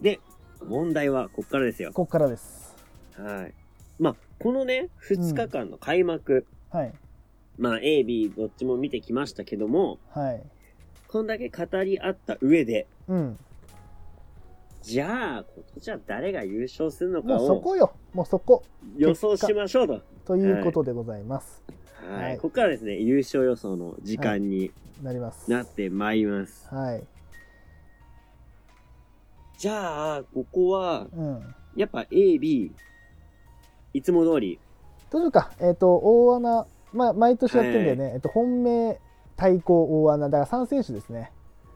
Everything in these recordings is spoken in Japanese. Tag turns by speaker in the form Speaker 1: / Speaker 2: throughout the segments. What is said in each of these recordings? Speaker 1: で、問題はこっからですよ。
Speaker 2: こっからです。
Speaker 1: はい。まあ、このね、2日間の開幕、
Speaker 2: はい。
Speaker 1: まあ、A、B どっちも見てきましたけども、
Speaker 2: はい。
Speaker 1: こんだけ語り合った上で、
Speaker 2: うん。
Speaker 1: じゃあ、今年は誰が優勝するのか
Speaker 2: もうそ
Speaker 1: を
Speaker 2: こよ。もうそこ。
Speaker 1: 予想しましょうと。
Speaker 2: ということでございます。
Speaker 1: はい。
Speaker 2: はい
Speaker 1: ここからですね、優勝予想の時間に
Speaker 2: なります。
Speaker 1: なってまいります。
Speaker 2: はい。
Speaker 1: じゃあ、ここは、
Speaker 2: うん。
Speaker 1: やっぱ A、B、いつも通り、
Speaker 2: どうしようか。えっ、と、大穴、まあ、毎年やってんだよね。えっ、と、本命、対抗、大穴。だから3選手ですね。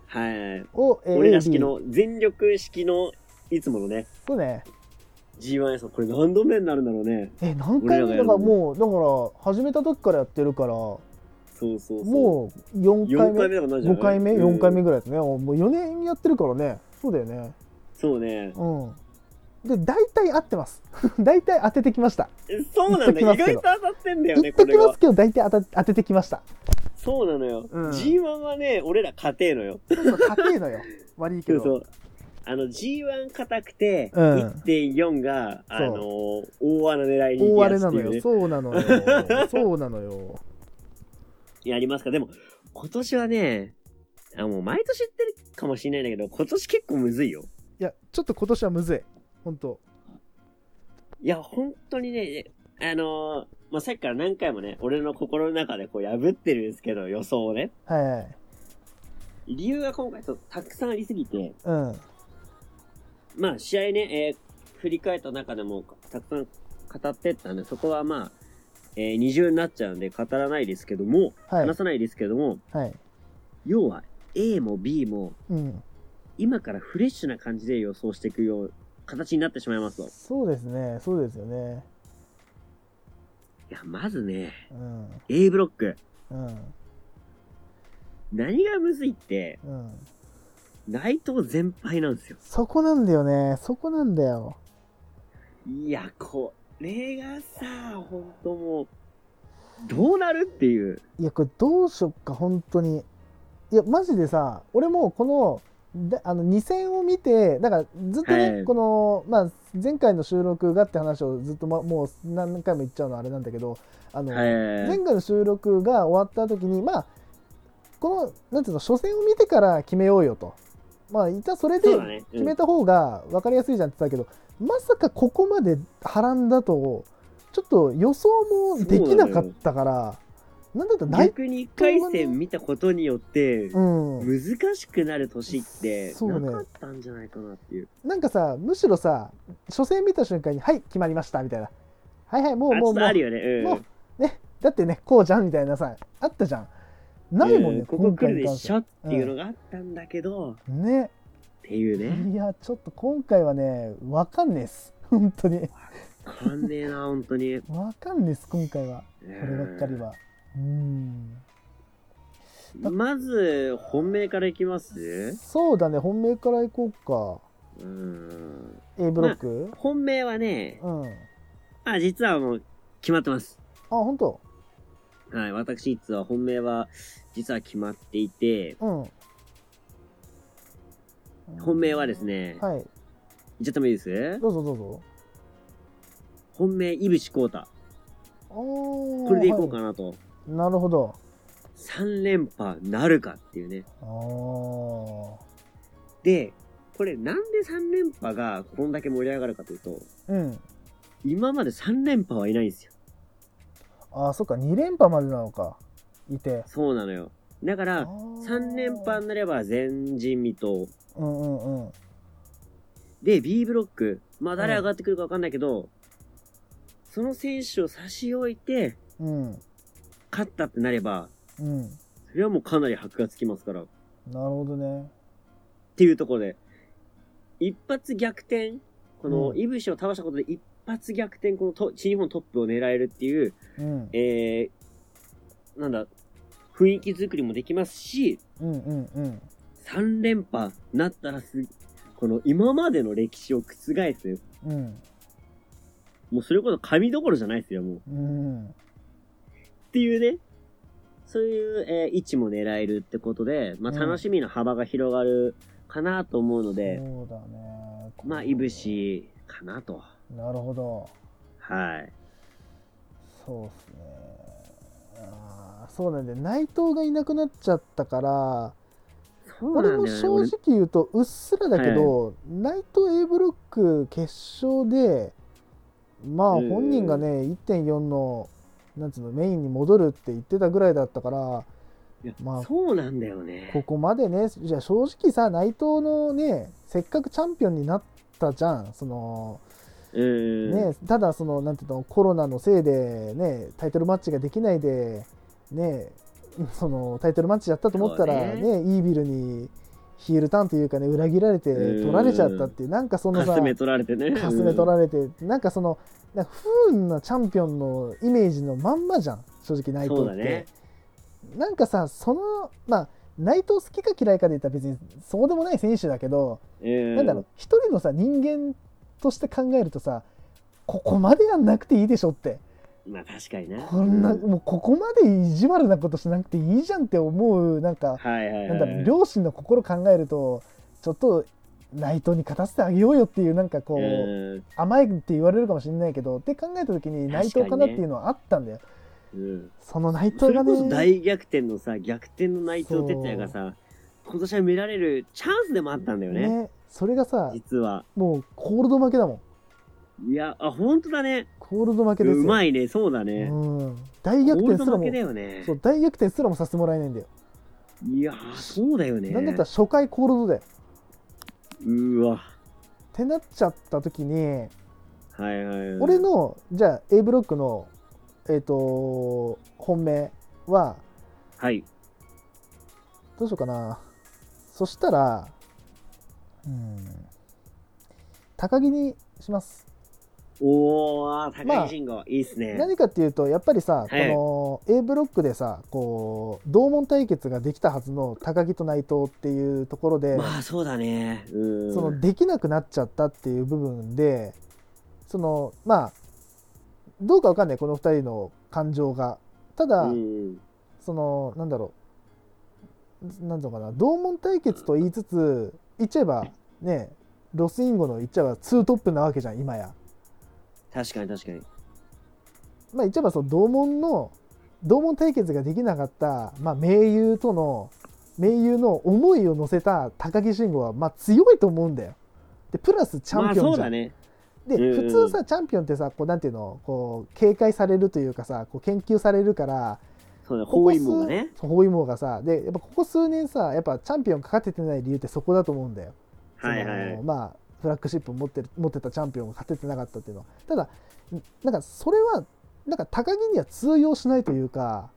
Speaker 1: はい。
Speaker 2: を、えー
Speaker 1: 俺ら式
Speaker 2: AB
Speaker 1: の、全力式の、いつものね、
Speaker 2: そうね。
Speaker 1: G1 予想、これ何度目になるんだろうね。
Speaker 2: え、何回
Speaker 1: 俺らがや
Speaker 2: 目だ
Speaker 1: る
Speaker 2: か
Speaker 1: の
Speaker 2: らもう、だから、始めた時からやってるから、
Speaker 1: そうそうそう。
Speaker 2: もう4
Speaker 1: 4
Speaker 2: 回
Speaker 1: 回
Speaker 2: 目
Speaker 1: 目だからなんじゃない
Speaker 2: 5回目 ?4 回目
Speaker 1: うん
Speaker 2: ぐらいですね。もう4年やってるからね。そうだよね。
Speaker 1: そうね。
Speaker 2: うん。で、大体合ってます。 大体当ててきました。
Speaker 1: えそうなんだ。意
Speaker 2: 言っときます
Speaker 1: 外と当
Speaker 2: けど
Speaker 1: たってんだよ
Speaker 2: 言
Speaker 1: ね、
Speaker 2: っ
Speaker 1: ことれ
Speaker 2: きま
Speaker 1: は
Speaker 2: す。けど、大体当た当ててきました。
Speaker 1: そうなのよ。
Speaker 2: うん
Speaker 1: G1 はね、俺ら硬えのよ。
Speaker 2: そうそう、硬いのよ。悪いけ
Speaker 1: そう
Speaker 2: ど。
Speaker 1: そう。あの、G1 硬くて、
Speaker 2: うん
Speaker 1: 1.4が、あのー、大穴狙いに行
Speaker 2: 大
Speaker 1: く
Speaker 2: 荒
Speaker 1: や
Speaker 2: れ
Speaker 1: つ
Speaker 2: な
Speaker 1: ってい
Speaker 2: の
Speaker 1: う
Speaker 2: よ。
Speaker 1: ね。
Speaker 2: そうなのよ。そうなのよ。
Speaker 1: やりますか。でも、今年はね、あもう毎年言ってるかもしれないんだけど、今年結構むずいよ。
Speaker 2: いや、ちょっと今年はむずい。本当。
Speaker 1: いや、本当にね、あのーまあ、さっきから何回もね、俺の心の中でこう破ってるんですけど、予想をね。
Speaker 2: はいはい。
Speaker 1: 理由が今回ちょっとたくさんありすぎて、
Speaker 2: うん。
Speaker 1: まあ試合ね、えー振り返った中でもたくさん語ってったんで、そこはまあ、えー二重になっちゃうんで語らないですけども、
Speaker 2: はい
Speaker 1: 話。さないですけども、
Speaker 2: はい。
Speaker 1: 要は A も B も
Speaker 2: うん。
Speaker 1: 今からフレッシュな感じで予想していくよう、形になってしまいますと。い
Speaker 2: そうですね。そうですよね。
Speaker 1: や、まずね、
Speaker 2: うん。
Speaker 1: A ブロック。
Speaker 2: うん。
Speaker 1: 何がむずいって、
Speaker 2: うん。
Speaker 1: 内藤全敗なんですよ。
Speaker 2: そこなんだよね。そこなんだよ。
Speaker 1: いや、これがさ、ほんともう、どうなるっていう。
Speaker 2: いや、これどうしよっか、本当に。いや、マジでさ、俺もうこの、であの2戦を見て、だからずっとね、
Speaker 1: はい
Speaker 2: この、まあ、前回の収録がって話をずっと、ま、もう何回も言っちゃうのはあれなんだけど、あの、
Speaker 1: はい
Speaker 2: 前回の収録が終わった時にまあこのなんていうの初戦を見てから決めようよとまあ一旦それで
Speaker 1: そうだねうん
Speaker 2: 決めた方が分かりやすいじゃんって言ってたけど、まさかここまで波乱だとちょっと予想もできなかったからなんだったらない
Speaker 1: 逆に1回戦見たことによって、
Speaker 2: うん、
Speaker 1: 難しくなる年って
Speaker 2: そう
Speaker 1: な
Speaker 2: ね
Speaker 1: かったんじゃないかなっていう。
Speaker 2: なんかさむしろさ初戦見た瞬間に「はい決まりました」みたいな「はいはいもう
Speaker 1: あ、ち
Speaker 2: も
Speaker 1: ょ
Speaker 2: う
Speaker 1: っ
Speaker 2: も
Speaker 1: とある
Speaker 2: う
Speaker 1: よね。
Speaker 2: も
Speaker 1: う
Speaker 2: うねだってねこうじゃん」みたいなさあったじゃん
Speaker 1: ん。
Speaker 2: ないもんね、
Speaker 1: うここ来る
Speaker 2: に
Speaker 1: で
Speaker 2: 関て
Speaker 1: しょっていうのがあったんだけど、っ
Speaker 2: ね
Speaker 1: ていうね。
Speaker 2: いや、ちょっと今回はね、わかんねえっす。本当に。
Speaker 1: わかんねえな、本当に。こ
Speaker 2: わかんねえっす、今回は。こればっかりは。うーん。
Speaker 1: まず、本命からいきます
Speaker 2: そうだね、本命からいこう
Speaker 1: うん。
Speaker 2: か。A ブロック、
Speaker 1: 本命はね、
Speaker 2: うん。あ、
Speaker 1: あ、実はもう決まってます。
Speaker 2: 本当
Speaker 1: はい、私、実は本命は、実は決まっていて、
Speaker 2: うん。
Speaker 1: 本命はですね、
Speaker 2: はい。
Speaker 1: 言っちゃってもいいです
Speaker 2: どうぞどうぞ。
Speaker 1: 本命、井淵光太。
Speaker 2: こ
Speaker 1: これでいこうかなと。
Speaker 2: なるほど。
Speaker 1: 3連覇なるかっていうね。
Speaker 2: あー
Speaker 1: で、これなんで3連覇がこんだけ盛り上がるかというと、
Speaker 2: うん。
Speaker 1: 今まで3連覇はいないんですよ。
Speaker 2: あー、そっか、2連覇までなのか。いて。
Speaker 1: そうなのよ。だから、3
Speaker 2: 3
Speaker 1: 連覇になれば前人未到。
Speaker 2: うんうんうん。
Speaker 1: で、B ブロック。まあ誰上がってくるかわかんないけど、その選手を差し置いて、
Speaker 2: うん。
Speaker 1: 勝ったってなれば、
Speaker 2: うん。
Speaker 1: それはもうかなり箔がつきますから。っ
Speaker 2: なるほどね。
Speaker 1: ていうところで、一発逆転。この、
Speaker 2: うん
Speaker 1: イブシを倒したことで一発逆転、このと新日本トップを狙えるっていう、
Speaker 2: うん。
Speaker 1: えー、なんだ、雰囲気作りもできますし、
Speaker 2: うんうんうん。
Speaker 1: 3連覇なったらす、この今までの歴史を覆す、
Speaker 2: うん。
Speaker 1: もうそれこそ神どころじゃないですよ、もう。
Speaker 2: うん。
Speaker 1: っていうね、そういう、えー位置も狙えるってことで、まあ
Speaker 2: うん
Speaker 1: 楽しみの幅が広がるかなと思うので、
Speaker 2: そうだね。
Speaker 1: まあ、いぶしかなと。
Speaker 2: なるほど。
Speaker 1: はい。
Speaker 2: そうっすね。あーそうなんだよ。内藤がいなくなっちゃったから、
Speaker 1: そう
Speaker 2: 俺
Speaker 1: なん
Speaker 2: も
Speaker 1: だよね。
Speaker 2: 正直言うとうっすらだけど、ナイト A ブロック決勝でまあ
Speaker 1: うん
Speaker 2: 本人がね、1.4のなんつうのメインに戻るって言ってたぐらいだったから
Speaker 1: いや
Speaker 2: まあ
Speaker 1: そうなんだよね。
Speaker 2: ここまでねじゃあ正直さ内藤のねせっかくチャンピオンになったじゃんその、
Speaker 1: うん。
Speaker 2: ねただそのなんていうのコロナのせいでねタイトルマッチができないでねそのタイトルマッチやったと思ったら
Speaker 1: そう
Speaker 2: ねイービルにヒールターンというかね裏切られて
Speaker 1: うん
Speaker 2: 取られちゃったっていうなんかその
Speaker 1: か
Speaker 2: さ
Speaker 1: すめ取られてね。
Speaker 2: かすめ取られてなんかそのなんか不運なチャンピオンのイメージのまんまじゃん正直内
Speaker 1: うんそう
Speaker 2: 藤
Speaker 1: だ
Speaker 2: って、
Speaker 1: ね。
Speaker 2: なんかさそのまあ内藤好きか嫌いかで言ったら別にそうでもない選手だけど、
Speaker 1: うん。
Speaker 2: なんだろう一人のさ人間として考えるとさここまでやんなくていいでしょって
Speaker 1: まあ、確かにね。
Speaker 2: こんな、
Speaker 1: う
Speaker 2: もうここまで意地悪なことしなくていいじゃんって思うなんか、
Speaker 1: はいはいはい。
Speaker 2: なんだろう両親の心考えるとちょっと内藤に勝たせてあげようよっていうなんかこう、
Speaker 1: うん
Speaker 2: 甘いって言われるかもしれないけどって考えた時に内藤かなっていうのはあったんだよ、
Speaker 1: うん。
Speaker 2: その内
Speaker 1: そ
Speaker 2: 藤
Speaker 1: れ
Speaker 2: が
Speaker 1: こそ
Speaker 2: ね
Speaker 1: 大逆転のさ、逆転の内藤哲也がさ、今年は見られるチャンスでもあったんだよね。
Speaker 2: ねそれがさ
Speaker 1: 実は。
Speaker 2: もうコールド負けだもん
Speaker 1: いや、あ、本当だね。
Speaker 2: コールド負けですよ
Speaker 1: うまいね、そうだね。
Speaker 2: うん、大
Speaker 1: オ
Speaker 2: 逆転すら
Speaker 1: ールド負
Speaker 2: も
Speaker 1: けだよね。
Speaker 2: そう大逆転すらもさせてもらえないんだよ、
Speaker 1: いやー、そうだよね。
Speaker 2: なんだったら初回コールドだよ
Speaker 1: うわ。
Speaker 2: ってなっちゃった時に
Speaker 1: はいはい、はい。
Speaker 2: 俺のじゃあ A ブロックのえっ、と本命は
Speaker 1: はい。
Speaker 2: どうしようかなそしたらうん高木にします
Speaker 1: おー、あー
Speaker 2: ま
Speaker 1: 高
Speaker 2: あ
Speaker 1: 木慎吾、いいっすね。
Speaker 2: 何かっていうとやっぱり
Speaker 1: は
Speaker 2: さ、
Speaker 1: い
Speaker 2: この A ブロックでさこう同門対決ができたはずの高木と内藤っていうところで、
Speaker 1: まあ、そうだね。うん。
Speaker 2: そのできなくなっちゃったっていう部分でそのまあどうかわかんないこの2人の感情がただ、
Speaker 1: うん、
Speaker 2: そのなんだろうなんていうのかな同門対決と言いつつ言っちゃえばねロスインゴの言っちゃえばツートップなわけじゃん今や。
Speaker 1: 確かに確かに。
Speaker 2: まあ、言っちゃえばその同門の同門対決ができなかった、まあ、盟友との盟友の思いを乗せた高木慎吾はまあ強いと思うんだよ。でプラスチャンピ
Speaker 1: ま
Speaker 2: オ
Speaker 1: あ、そ
Speaker 2: ン
Speaker 1: う
Speaker 2: じゃ
Speaker 1: だ
Speaker 2: ん。
Speaker 1: ね。
Speaker 2: で
Speaker 1: うんうん
Speaker 2: 普通さチャンピオンってさこうなんていうのこう警戒されるというかさこう研究されるから
Speaker 1: そうだ、
Speaker 2: こ
Speaker 1: 包
Speaker 2: こ
Speaker 1: 囲
Speaker 2: 数
Speaker 1: 網がね。
Speaker 2: そう包囲網がさでやっぱここ数年さやっぱチャンピオンかかっててない理由ってそこだと思うんだよ。
Speaker 1: はいはい
Speaker 2: その
Speaker 1: はい。
Speaker 2: まあフラッグシップを持ってる持ってたチャンピオンが勝ててなかったっていうのはただんなんかそれはなんか高木には通用しないというか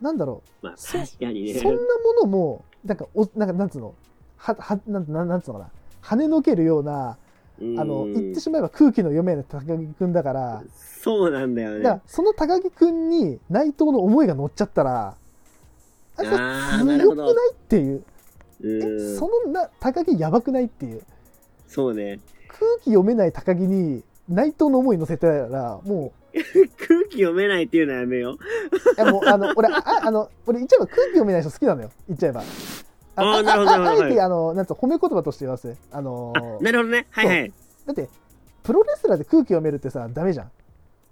Speaker 2: なんだろ
Speaker 1: まあ、
Speaker 2: そ
Speaker 1: 確かに
Speaker 2: う
Speaker 1: ね。
Speaker 2: そんなものもなんかおなんかなんつうのははなんなんなんつうのかな跳ねのけるような
Speaker 1: うん
Speaker 2: あの言ってしまえば空気の読めない高木君だから
Speaker 1: そうなんだよ
Speaker 2: だ
Speaker 1: ね。
Speaker 2: からその高木君に内藤の思いが乗っちゃったらあれ
Speaker 1: あ
Speaker 2: さ
Speaker 1: ーなる
Speaker 2: 強
Speaker 1: ほ
Speaker 2: く
Speaker 1: ど
Speaker 2: ないっていうえ
Speaker 1: うん
Speaker 2: そのな高木やばくないっていう。
Speaker 1: そうね。
Speaker 2: 空気読めない高木に内藤の思い乗せたらも
Speaker 1: 空気読めないっていうのはやめよう。
Speaker 2: ういやもうあの俺ああの俺言っちゃえば空気読めない人好きなのよ言っちゃえば
Speaker 1: あーなるほどなるほど
Speaker 2: あえてあのなんつうの褒め言葉として言わせてあの
Speaker 1: あ、 なるほどね。はいはい。
Speaker 2: だってプロレスラーで空気読めるってさダメじゃん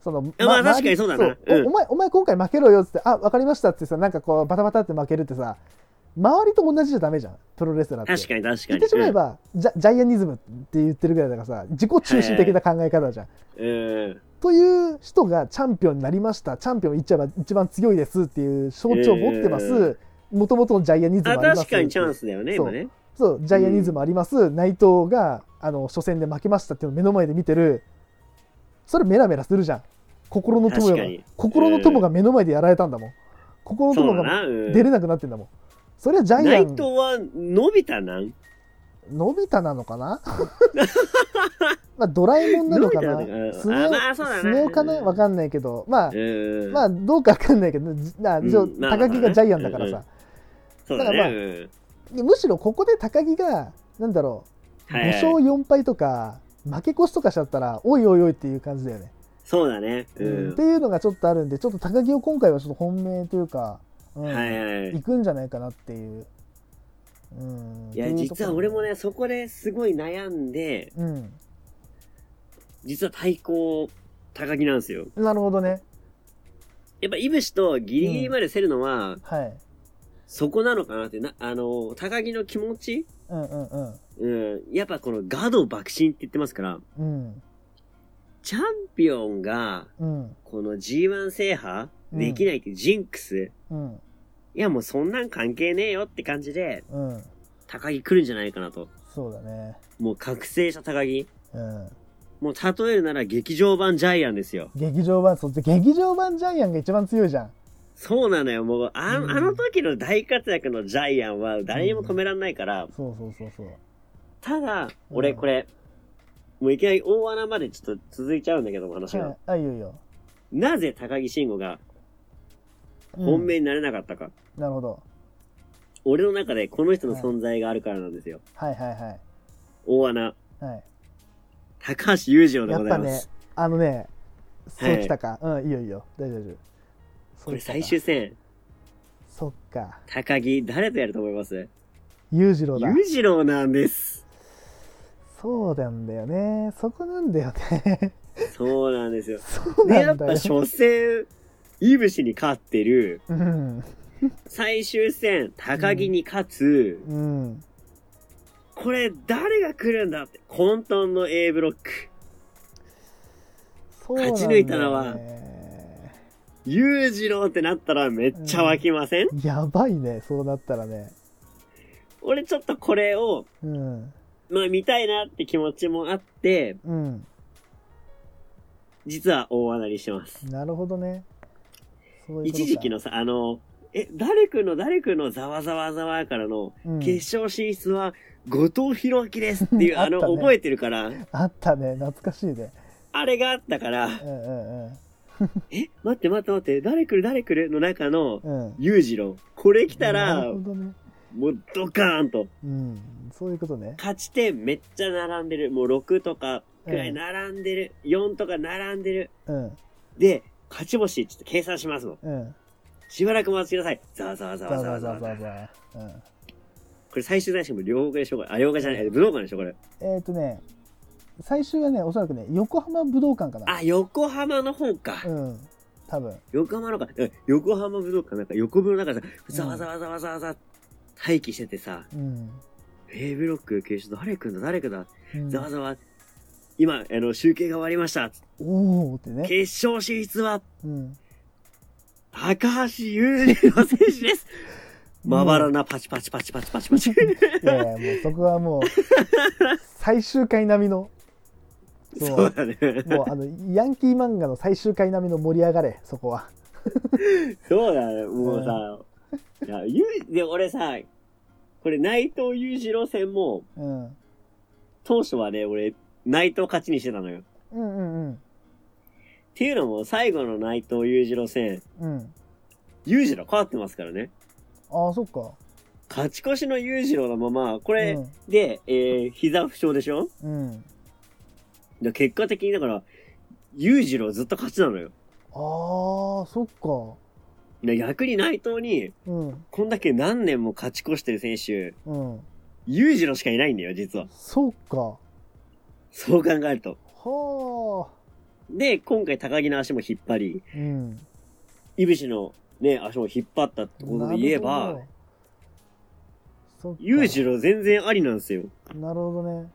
Speaker 2: その
Speaker 1: やまあ確かにそうだな
Speaker 2: 周り
Speaker 1: うん
Speaker 2: おお前お前今回負けろよっつってあわかりましたってさなんかこうバタバタって負けるってさ周りと同じじゃダメじゃんプロレスラーって
Speaker 1: 確かに確か
Speaker 2: 言っ
Speaker 1: に。
Speaker 2: てしまえば、ジャジャイアニズムって言ってるぐらいだからさ自己中心的な考え方じゃん
Speaker 1: うん。うん
Speaker 2: という人がチャンピオンになりましたチャンピオンいっちゃえば一番強いですっていう象徴を持ってま
Speaker 1: えー
Speaker 2: すもともとのジャイアニズム
Speaker 1: あ、
Speaker 2: あります
Speaker 1: 確かにチャンスだよね、
Speaker 2: そう
Speaker 1: 今ね。
Speaker 2: そうジャイアニズムあります、内藤があの初戦で負けましたっていうのを目の前で見てるそれメラメラするじゃん心の友
Speaker 1: 確
Speaker 2: が
Speaker 1: かに。
Speaker 2: 心の友が目の前でやられたんだもん、心の
Speaker 1: そうだ
Speaker 2: 友が
Speaker 1: な。うん
Speaker 2: 出れなくなってんだもんそれはジャイア
Speaker 1: 内
Speaker 2: ン
Speaker 1: 藤は伸びたなん
Speaker 2: のび太なのかな まあドラえもんなのかな
Speaker 1: のび太なのかな
Speaker 2: スネ
Speaker 1: あまあそうだな
Speaker 2: 夫スネ夫かな
Speaker 1: うん
Speaker 2: わかんないけどまあ
Speaker 1: うん。
Speaker 2: まあどうかわかんないけどじなじょ
Speaker 1: うんまあ
Speaker 2: 高木がジャイアンだから
Speaker 1: まあ
Speaker 2: さ、
Speaker 1: そうだ
Speaker 2: だか
Speaker 1: ね。
Speaker 2: ら
Speaker 1: うん
Speaker 2: でむしろここで高木がなんだろう、
Speaker 1: はいはい
Speaker 2: 5勝4敗とか負け越しとかしちゃったらおいおいおいっていう感じだよね、
Speaker 1: そうだね。う
Speaker 2: っ
Speaker 1: ん
Speaker 2: て。いうのがちょっとあるんでちょっと高木を今回はちょっと本命というか、うん
Speaker 1: はいはい。
Speaker 2: 行くんじゃないかなっていううん
Speaker 1: いや、実は俺も、ね、そこですごい悩んで、
Speaker 2: っていうところうん、
Speaker 1: 実は対抗、高木なんですよ。
Speaker 2: なるほどね
Speaker 1: やっぱ、イブシとギリギリまで競るのは、
Speaker 2: はい
Speaker 1: そこなのかなって、な、あの、高木の気持ち
Speaker 2: うんうんうん
Speaker 1: うん、やっぱこのガード爆心って言ってますから、
Speaker 2: うん
Speaker 1: チャンピオンが、
Speaker 2: うん
Speaker 1: この G1 制覇
Speaker 2: うん
Speaker 1: できないってジンクス、
Speaker 2: うん
Speaker 1: いやもうそんなん関係ねえよって感じで、
Speaker 2: うん
Speaker 1: 高木来るんじゃないかなと。
Speaker 2: そうだね
Speaker 1: もう覚醒した高木。
Speaker 2: うん
Speaker 1: もう例えるなら劇場版ジャイアンですよ。
Speaker 2: 劇場版そう劇場版ジャイアンが一番強いじゃん
Speaker 1: そうなのよ。もうあ,、
Speaker 2: うん
Speaker 1: あの時の大活躍のジャイアンは誰にも止めらんないから、
Speaker 2: そうそうそうそう
Speaker 1: ただ、俺これ、もういきなり大穴までちょっと続いちゃうんだけども話が。
Speaker 2: はいあいいよいいよ、
Speaker 1: なぜ高木慎吾が
Speaker 2: うん
Speaker 1: 本命になれなかったか。
Speaker 2: なるほど
Speaker 1: 俺の中でこの人の存在があるからなんですよ。
Speaker 2: はいはいはい
Speaker 1: 大穴、
Speaker 2: はい
Speaker 1: 高橋裕次郎で
Speaker 2: や
Speaker 1: ご
Speaker 2: っ
Speaker 1: ざ
Speaker 2: ぱ
Speaker 1: います。
Speaker 2: ねあのねそ
Speaker 1: は
Speaker 2: う
Speaker 1: い
Speaker 2: きたか、うんいいよいいよ大丈夫大丈夫
Speaker 1: これ最終戦、
Speaker 2: そっか
Speaker 1: 高木、誰とやると思います
Speaker 2: 裕次郎だ
Speaker 1: 裕次郎なんです。
Speaker 2: そうなんだよねそこなんだよね
Speaker 1: そうなんですよ。
Speaker 2: そう
Speaker 1: で、や
Speaker 2: な
Speaker 1: っ
Speaker 2: ん
Speaker 1: ぱ
Speaker 2: だよ
Speaker 1: 初戦、いぶしに勝ってる。
Speaker 2: うん
Speaker 1: 最終戦、高木に勝つ。
Speaker 2: うん
Speaker 1: これ、誰が来るんだって。混沌の A ブロック。
Speaker 2: そうなんだよね
Speaker 1: 勝ち抜いたのは裕次郎ってなったらめっちゃ湧きません、
Speaker 2: やばいねそうなったらね
Speaker 1: 俺ちょっとこれを、
Speaker 2: うん
Speaker 1: まあ見たいなって気持ちもあって、
Speaker 2: うん
Speaker 1: 実は大穴にしてます。
Speaker 2: なるほどねそういうことか
Speaker 1: 一時期のさ、あの、え、誰くんの誰くんのざわざわざわからの、
Speaker 2: うん
Speaker 1: 決勝進出は後藤弘明ですっていう、
Speaker 2: あ
Speaker 1: あ
Speaker 2: ったね
Speaker 1: の、覚えてるから、
Speaker 2: あったね懐かしいね
Speaker 1: あれがあったから、
Speaker 2: うんうんうん
Speaker 1: え、待って待って待って、誰来る誰来るの中の、
Speaker 2: うん
Speaker 1: 裕次郎。これ来た
Speaker 2: な
Speaker 1: ら
Speaker 2: る、ほどね
Speaker 1: もうドカーンと、
Speaker 2: うんそういうことね
Speaker 1: 勝ち点めっちゃ並んでる。もう6とかくらい並んでる。4とか並んでる。
Speaker 2: うん
Speaker 1: で、勝ち星ちょっと計算しますもん。
Speaker 2: うん
Speaker 1: しばらくお待ちください。ざわざわざ
Speaker 2: ざ
Speaker 1: わざ
Speaker 2: わざ
Speaker 1: わざ
Speaker 2: わざ
Speaker 1: わ
Speaker 2: わ
Speaker 1: ざ
Speaker 2: ざ
Speaker 1: わ
Speaker 2: わ。ざわうん
Speaker 1: これ最終大賞も両国でしょこれ。あ、両国じゃない。え武道館でしょこれ。
Speaker 2: えっ、とね、最終はね、おそらくね、横浜武道館かな。
Speaker 1: あ、横浜の方か。
Speaker 2: うん、多分。
Speaker 1: 横浜のか。うん横浜武道館なんか横風の中でさ、ざわざわざわざわざわ、待機しててさ、
Speaker 2: うん。
Speaker 1: A ブロック決勝誰来んだ誰来んだ
Speaker 2: うん
Speaker 1: ざわざわ。今、あの、集計が終わりました。
Speaker 2: おーってね。
Speaker 1: 決勝進出は、
Speaker 2: うん。
Speaker 1: 高橋優次郎選手です。まばらなパチパチパチパチパチパチ。
Speaker 2: いやいや、もうそこはもう、最終回並みの、
Speaker 1: そ
Speaker 2: そうう
Speaker 1: だね。
Speaker 2: もうあの、ヤンキー漫画の最終回並みの盛り上がれ、そこは。
Speaker 1: そうだね。もうさ、いや、ゆう、で、俺さ、これ内藤裕次郎戦も、
Speaker 2: うん。うん
Speaker 1: 当初はね、俺、内藤勝ちにしてたのよ。
Speaker 2: うんうん。
Speaker 1: っていうのも、最後の内藤裕次郎戦、
Speaker 2: うん。
Speaker 1: 裕次郎変わってますからね。
Speaker 2: ああ、そっか。
Speaker 1: 勝ち越しの裕次郎のまま、これ
Speaker 2: うん
Speaker 1: で、えー、膝負傷でしょ
Speaker 2: うん。
Speaker 1: で結果的に、だから、裕次郎ずっと勝ちなのよ。
Speaker 2: ああ、そっか。
Speaker 1: で逆に内藤に、
Speaker 2: うん。
Speaker 1: こんだけ何年も勝ち越してる選手、
Speaker 2: うん。
Speaker 1: 裕次郎しかいないんだよ、実は。
Speaker 2: そっか。は
Speaker 1: そう考えると。
Speaker 2: あ。
Speaker 1: で、今回高木の足も引っ張り、
Speaker 2: うん。
Speaker 1: いぶしのね、足も引っ張ったってことで言え
Speaker 2: なる
Speaker 1: ば
Speaker 2: ほ、ど、そっか
Speaker 1: 裕次郎全然ありなんですよ。
Speaker 2: なるほどね。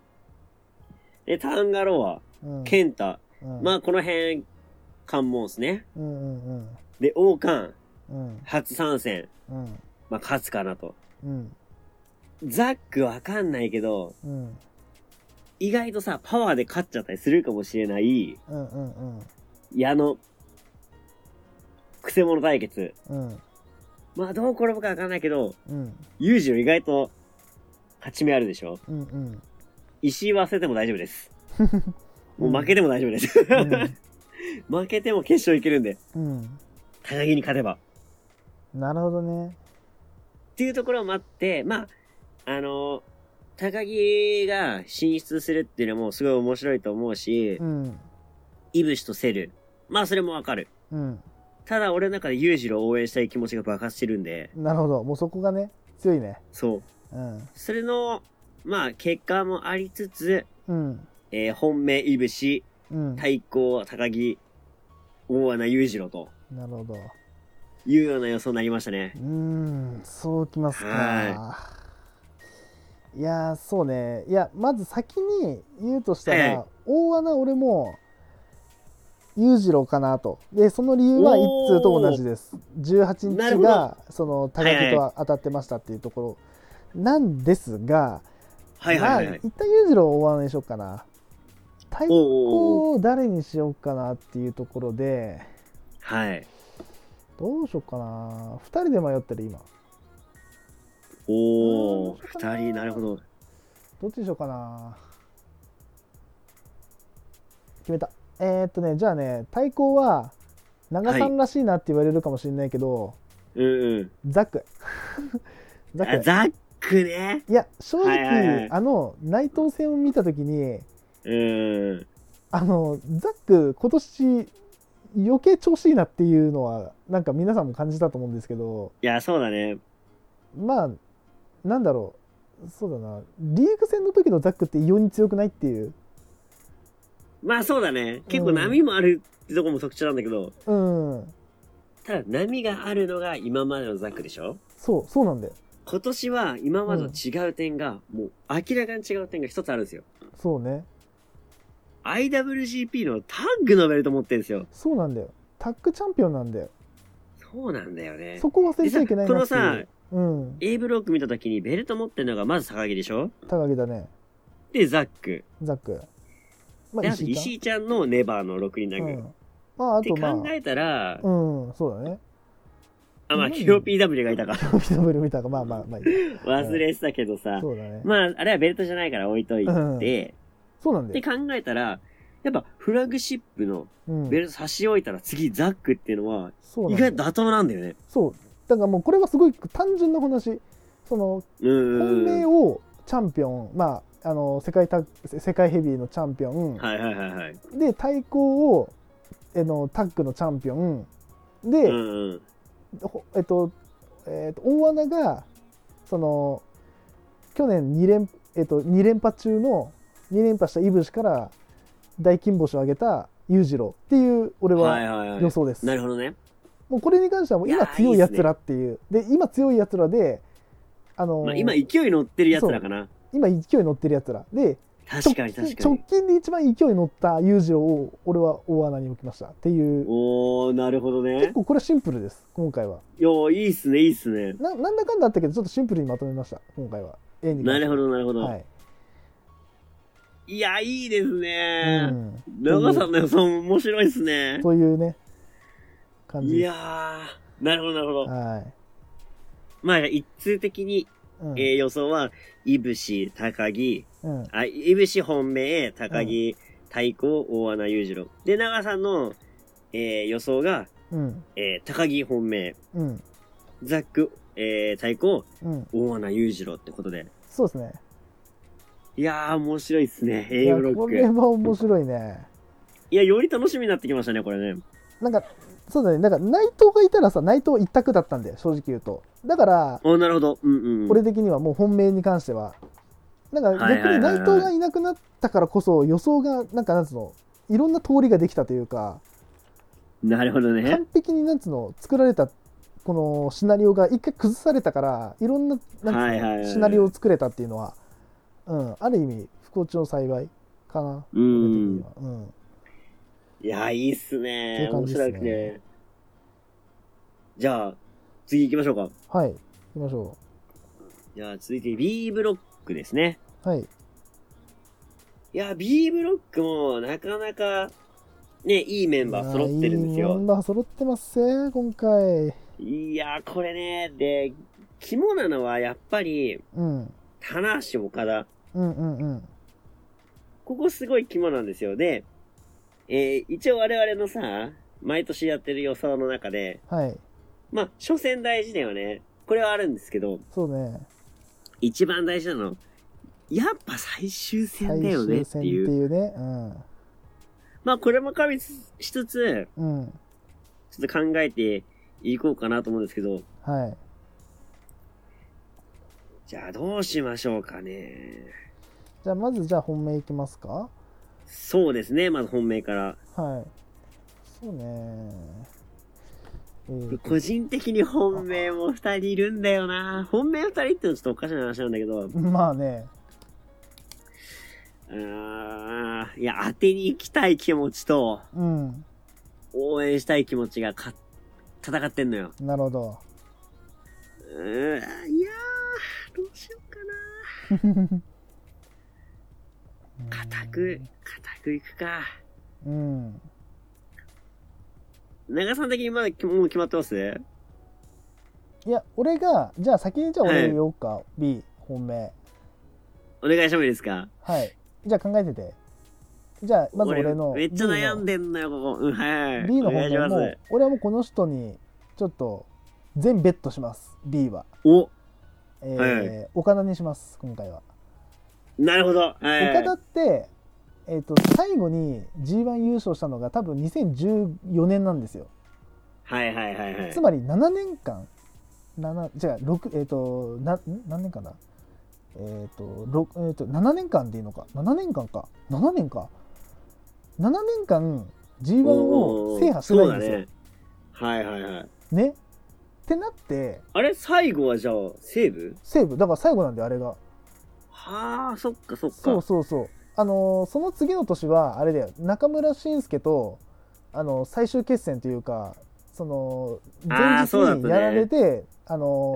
Speaker 1: で、タンガロア、
Speaker 2: うん、
Speaker 1: ケンタ、
Speaker 2: うん、
Speaker 1: まあこの辺、関門ですね。
Speaker 2: うんうん
Speaker 1: で、王冠、
Speaker 2: うんうん
Speaker 1: 初参戦、
Speaker 2: うん
Speaker 1: まあ勝つかなと。
Speaker 2: うん
Speaker 1: ザックわかんないけど、
Speaker 2: うん
Speaker 1: 意外とさ、パワーで勝っちゃったりするかもしれない、
Speaker 2: うんうん
Speaker 1: 矢の、クセ者対決。
Speaker 2: うん
Speaker 1: まあどう転ぶかわかんないけど、
Speaker 2: うん
Speaker 1: 裕次郎意外と、勝ち目あるでしょ
Speaker 2: うんうん
Speaker 1: 石井忘れても大丈夫です。もう負けても大丈夫です。 負けても決勝いけるんで、
Speaker 2: うん
Speaker 1: 高木に勝てば。
Speaker 2: なるほどね。
Speaker 1: っていうところもあって、まあ、あの、高木が進出するっていうのもすごい面白いと思うし
Speaker 2: う、ん
Speaker 1: イブシとセル。まあ、それもわかる。
Speaker 2: うん
Speaker 1: ただ、俺の中で裕次郎を応援したい気持ちが爆発してるんで、
Speaker 2: なるほど。もうそこがね強いね。
Speaker 1: そう。
Speaker 2: うん
Speaker 1: それの、まあ、結果もありつつ、
Speaker 2: うん
Speaker 1: えー本命いぶし、
Speaker 2: うんなる
Speaker 1: 対抗高木、大穴裕次郎と
Speaker 2: ほど
Speaker 1: いうような予想になりましたね
Speaker 2: う。ーんそうきます
Speaker 1: は
Speaker 2: かいやーそうねいやまず先に言うとした
Speaker 1: はいは
Speaker 2: ら大穴俺も裕次郎かなとでその理由は
Speaker 1: おー
Speaker 2: 一通と同じです18
Speaker 1: なる
Speaker 2: 日
Speaker 1: ほ
Speaker 2: が
Speaker 1: ど
Speaker 2: その高
Speaker 1: はい
Speaker 2: 木
Speaker 1: は
Speaker 2: と当たってましたっていうところなんですが、
Speaker 1: はいはいはい
Speaker 2: ま
Speaker 1: は
Speaker 2: あ
Speaker 1: い。
Speaker 2: 一旦裕次郎を大穴にしようかな対抗
Speaker 1: おうおうおう
Speaker 2: を誰にしようかなっていうところで
Speaker 1: はい。
Speaker 2: どうしようかな2人で迷ってる今
Speaker 1: おー
Speaker 2: うー
Speaker 1: 二
Speaker 2: ん、
Speaker 1: 人、なるほど。
Speaker 2: どっちにしようかな決めたえー、っとねじゃあね対抗は長さんらしいなって言われるかもしれないけど、
Speaker 1: うんうん。
Speaker 2: ザックザ
Speaker 1: あ
Speaker 2: ック
Speaker 1: ザックね。
Speaker 2: いや正直、
Speaker 1: はいはいはい
Speaker 2: あの内藤戦を見た時に
Speaker 1: うん。
Speaker 2: あのザック今年余計調子いいなっていうのはなんか皆さんも感じたと思うんですけど
Speaker 1: いや、そうだね。
Speaker 2: まあなんだろうそうだなリーグ戦の時のザックって異様に強くないっていう
Speaker 1: まあそうだね。結
Speaker 2: う
Speaker 1: 構
Speaker 2: ん
Speaker 1: 波もあるってとこも特徴なんだけど、
Speaker 2: うん
Speaker 1: ただ波があるのが今までのザックでしょ
Speaker 2: そうそうなんだよ
Speaker 1: 今年は今までと違う点が、もう明らかに違う点が一つあるんですよ。
Speaker 2: そうね
Speaker 1: IWGP のタッグのベルト持ってるんですよ。
Speaker 2: そうなんだよタッグチャンピオンなんだよ
Speaker 1: そうなんだよね。
Speaker 2: そこ忘れちゃいけないなって
Speaker 1: で
Speaker 2: い
Speaker 1: さこの
Speaker 2: う
Speaker 1: さ
Speaker 2: うん、
Speaker 1: A ブロック見た時にベルト持ってるのがまず坂木でしょ
Speaker 2: 高木だね
Speaker 1: で、ザック。
Speaker 2: ザックま
Speaker 1: で、あと
Speaker 2: ちゃん
Speaker 1: 石井ちゃんのネバーの6人タッグ。
Speaker 2: う
Speaker 1: っ
Speaker 2: ん、まああ
Speaker 1: て
Speaker 2: とまあ
Speaker 1: 考えたら、
Speaker 2: うんそうだね
Speaker 1: あ、まあ、
Speaker 2: うん
Speaker 1: QOPW がいたか。
Speaker 2: PW 見たかまあまあまあいい
Speaker 1: 忘れてたけどさ。
Speaker 2: そうだね
Speaker 1: まあ、あれはベルトじゃないから置いといて、
Speaker 2: うん
Speaker 1: で
Speaker 2: そうなんだよ
Speaker 1: 考えたら、やっぱフラグシップの
Speaker 2: うん
Speaker 1: ベルト差し置いたら次ザックっていうのは
Speaker 2: そう
Speaker 1: 意
Speaker 2: なんだ
Speaker 1: 外と
Speaker 2: よ
Speaker 1: 妥当なんだよね。
Speaker 2: そうだからもうこれはすごい単純な話その
Speaker 1: う
Speaker 2: 本
Speaker 1: ん
Speaker 2: 命。をチャンピオン、まああの世界タッグ世界ヘビーのチャンピオン、
Speaker 1: はいはいはいはい。
Speaker 2: で対抗をえのタッグのチャンピオンで、
Speaker 1: うんうん。
Speaker 2: ほえっと、えっと、大穴が、その、去年2連、えっと、2連覇中の、2連覇したイブシから大金星を挙げた裕次郎っていう、俺
Speaker 1: は
Speaker 2: はい
Speaker 1: はいはい。
Speaker 2: 予想です。
Speaker 1: なるほどね。
Speaker 2: もうこれに関しては、もう
Speaker 1: いや
Speaker 2: 今
Speaker 1: ー
Speaker 2: 強いやつ
Speaker 1: いいっす
Speaker 2: ら
Speaker 1: ね
Speaker 2: っていう。で、今強いやつらで、あのー
Speaker 1: まあ、今勢いに乗ってるやつらかな。
Speaker 2: 今勢い乗ってるやつら。で、
Speaker 1: 確かに確か
Speaker 2: 直
Speaker 1: に。
Speaker 2: 近で一番勢い乗った裕次郎を、俺は大穴に置きました。っていう、
Speaker 1: おー、なるほど
Speaker 2: 結
Speaker 1: ね。
Speaker 2: 構これはシンプルです、今回は。
Speaker 1: よー、いいっすね、いいっすね。
Speaker 2: ななんだかんだあったけどちょっとシンプルにまとめました今回は絵に関
Speaker 1: な
Speaker 2: して
Speaker 1: るほど、なるほど。
Speaker 2: はい、
Speaker 1: い、や、いいです
Speaker 2: う
Speaker 1: ね。
Speaker 2: ん、
Speaker 1: 長さんの予想も面白いっすね。
Speaker 2: というね感じ
Speaker 1: い
Speaker 2: です
Speaker 1: やー、なるほど、なるほど。
Speaker 2: は
Speaker 1: まあ、一通的に
Speaker 2: い、うん
Speaker 1: えー予想は、いぶし、高木、
Speaker 2: うん
Speaker 1: あ、いぶし本命、高木、太鼓、大穴裕次郎。で、長さんの、えー予想が、
Speaker 2: うん
Speaker 1: えー高木本命、
Speaker 2: うん
Speaker 1: ザック、えー、太鼓、
Speaker 2: うん
Speaker 1: 大穴裕次郎ってことで。
Speaker 2: そうですね
Speaker 1: いやー、面白いっすね。
Speaker 2: い
Speaker 1: A
Speaker 2: や
Speaker 1: ブロッ
Speaker 2: こ
Speaker 1: ク。
Speaker 2: れ
Speaker 1: い
Speaker 2: は面白いね
Speaker 1: や、より楽しみになってきましたね、これね。
Speaker 2: なんかそうだねなんか内藤がいたらさ内藤一択だったんだよ正直言うとだから
Speaker 1: お、なるほど。うんうん。
Speaker 2: 俺的にはもう本命に関してはなんか
Speaker 1: はい
Speaker 2: 逆
Speaker 1: はい
Speaker 2: に
Speaker 1: は
Speaker 2: 内
Speaker 1: い
Speaker 2: 藤がいなくなったからこそ予想がなんかなんつうのいろんな通りができたというか
Speaker 1: なるほどね
Speaker 2: 完。璧になんつうの作られたこのシナリオが一回崩されたからいろんななんつうの
Speaker 1: はいはいはい
Speaker 2: シナリオを作れたっていうのは、うん、ある意味不幸中の幸いかな
Speaker 1: う
Speaker 2: 俺的
Speaker 1: ん
Speaker 2: に。は、うん、
Speaker 1: いやー、いいっす
Speaker 2: ってい
Speaker 1: ね
Speaker 2: う。感
Speaker 1: 面
Speaker 2: じっすね
Speaker 1: 白くて。じゃあ、次行きましょうか。
Speaker 2: はい行きましょ
Speaker 1: じゃあ、続いて B ブロックですね。
Speaker 2: うはい
Speaker 1: いや、B ブロックもなかなか、ね、いいメンバー揃ってるんです
Speaker 2: いやいいメ
Speaker 1: よ。
Speaker 2: ンバー揃ってますね今回
Speaker 1: いや、これね、で、肝なのはやっぱり、
Speaker 2: うん
Speaker 1: 棚橋岡田。
Speaker 2: うんうんうん
Speaker 1: ここすごい肝なんですよ。で、えー一応我々のさ、毎年やってる予想の中で、
Speaker 2: はい
Speaker 1: まあ、初戦大事だよね。これはあるんですけど、
Speaker 2: そうね
Speaker 1: 一番大事なの、やっぱ最終戦
Speaker 2: 最
Speaker 1: だよね
Speaker 2: 終
Speaker 1: っ
Speaker 2: 戦
Speaker 1: て
Speaker 2: って
Speaker 1: いう。
Speaker 2: いうねうん
Speaker 1: まあ、これも加味しつつ、
Speaker 2: うん
Speaker 1: ちょっと考えていこうかなと思うんですけど、
Speaker 2: はい
Speaker 1: じゃあどうしましょうかね。
Speaker 2: じゃあまずじゃあ本命いきますか
Speaker 1: そうですね、まず本命から。
Speaker 2: はいそうねえーと
Speaker 1: 個人的に本命も二人いるんだよな。本命二人ってのはちょっとおかしな話なんだけど、
Speaker 2: まあね
Speaker 1: あーいや、当てに行きたい気持ちと、
Speaker 2: うん
Speaker 1: 応援したい気持ちがか戦ってんのよ。
Speaker 2: なるほど
Speaker 1: うーん、いやー、どうしようかな。固く、固くいくか。
Speaker 2: うん
Speaker 1: 長さん的にまだきもう決まってます
Speaker 2: いや俺がじゃあ先にじゃあ俺
Speaker 1: はい
Speaker 2: 言おうか、B 本命
Speaker 1: お願いしてもいいですか
Speaker 2: はいじゃあ考えててじゃあまず俺の
Speaker 1: めっちゃ悩ん
Speaker 2: で
Speaker 1: でんのよ、ここ。うん、はいはい。
Speaker 2: B の
Speaker 1: お
Speaker 2: 本
Speaker 1: 願いし
Speaker 2: 命
Speaker 1: ま
Speaker 2: も
Speaker 1: す。
Speaker 2: 俺はもうこの人にちょっと全ベットします B は、
Speaker 1: お、
Speaker 2: えー
Speaker 1: はい
Speaker 2: 岡田にします今回は
Speaker 1: なるほど。はい
Speaker 2: 岡田って、えー、と最後に g 1優勝したのが多分2014年なんですよ、
Speaker 1: はいはいはいはい
Speaker 2: つ。まり7年間7違う6えっ、とな何年かなえっ、と六えーと7年間でいいのか7年間か7年か7年間 g 1を制覇してないんですよ、
Speaker 1: そうだね。はいはいはい。
Speaker 2: ねってなって
Speaker 1: あれ最後はじゃあ、西武
Speaker 2: 西武だから最後なんであれが
Speaker 1: はあ、そっかそっか。
Speaker 2: そうそうそうあのーその次の年はあれだよ中村俊輔と、あのー最終決戦というかその
Speaker 1: あ
Speaker 2: 前
Speaker 1: ーそうだったね
Speaker 2: 日にやられてあ,、の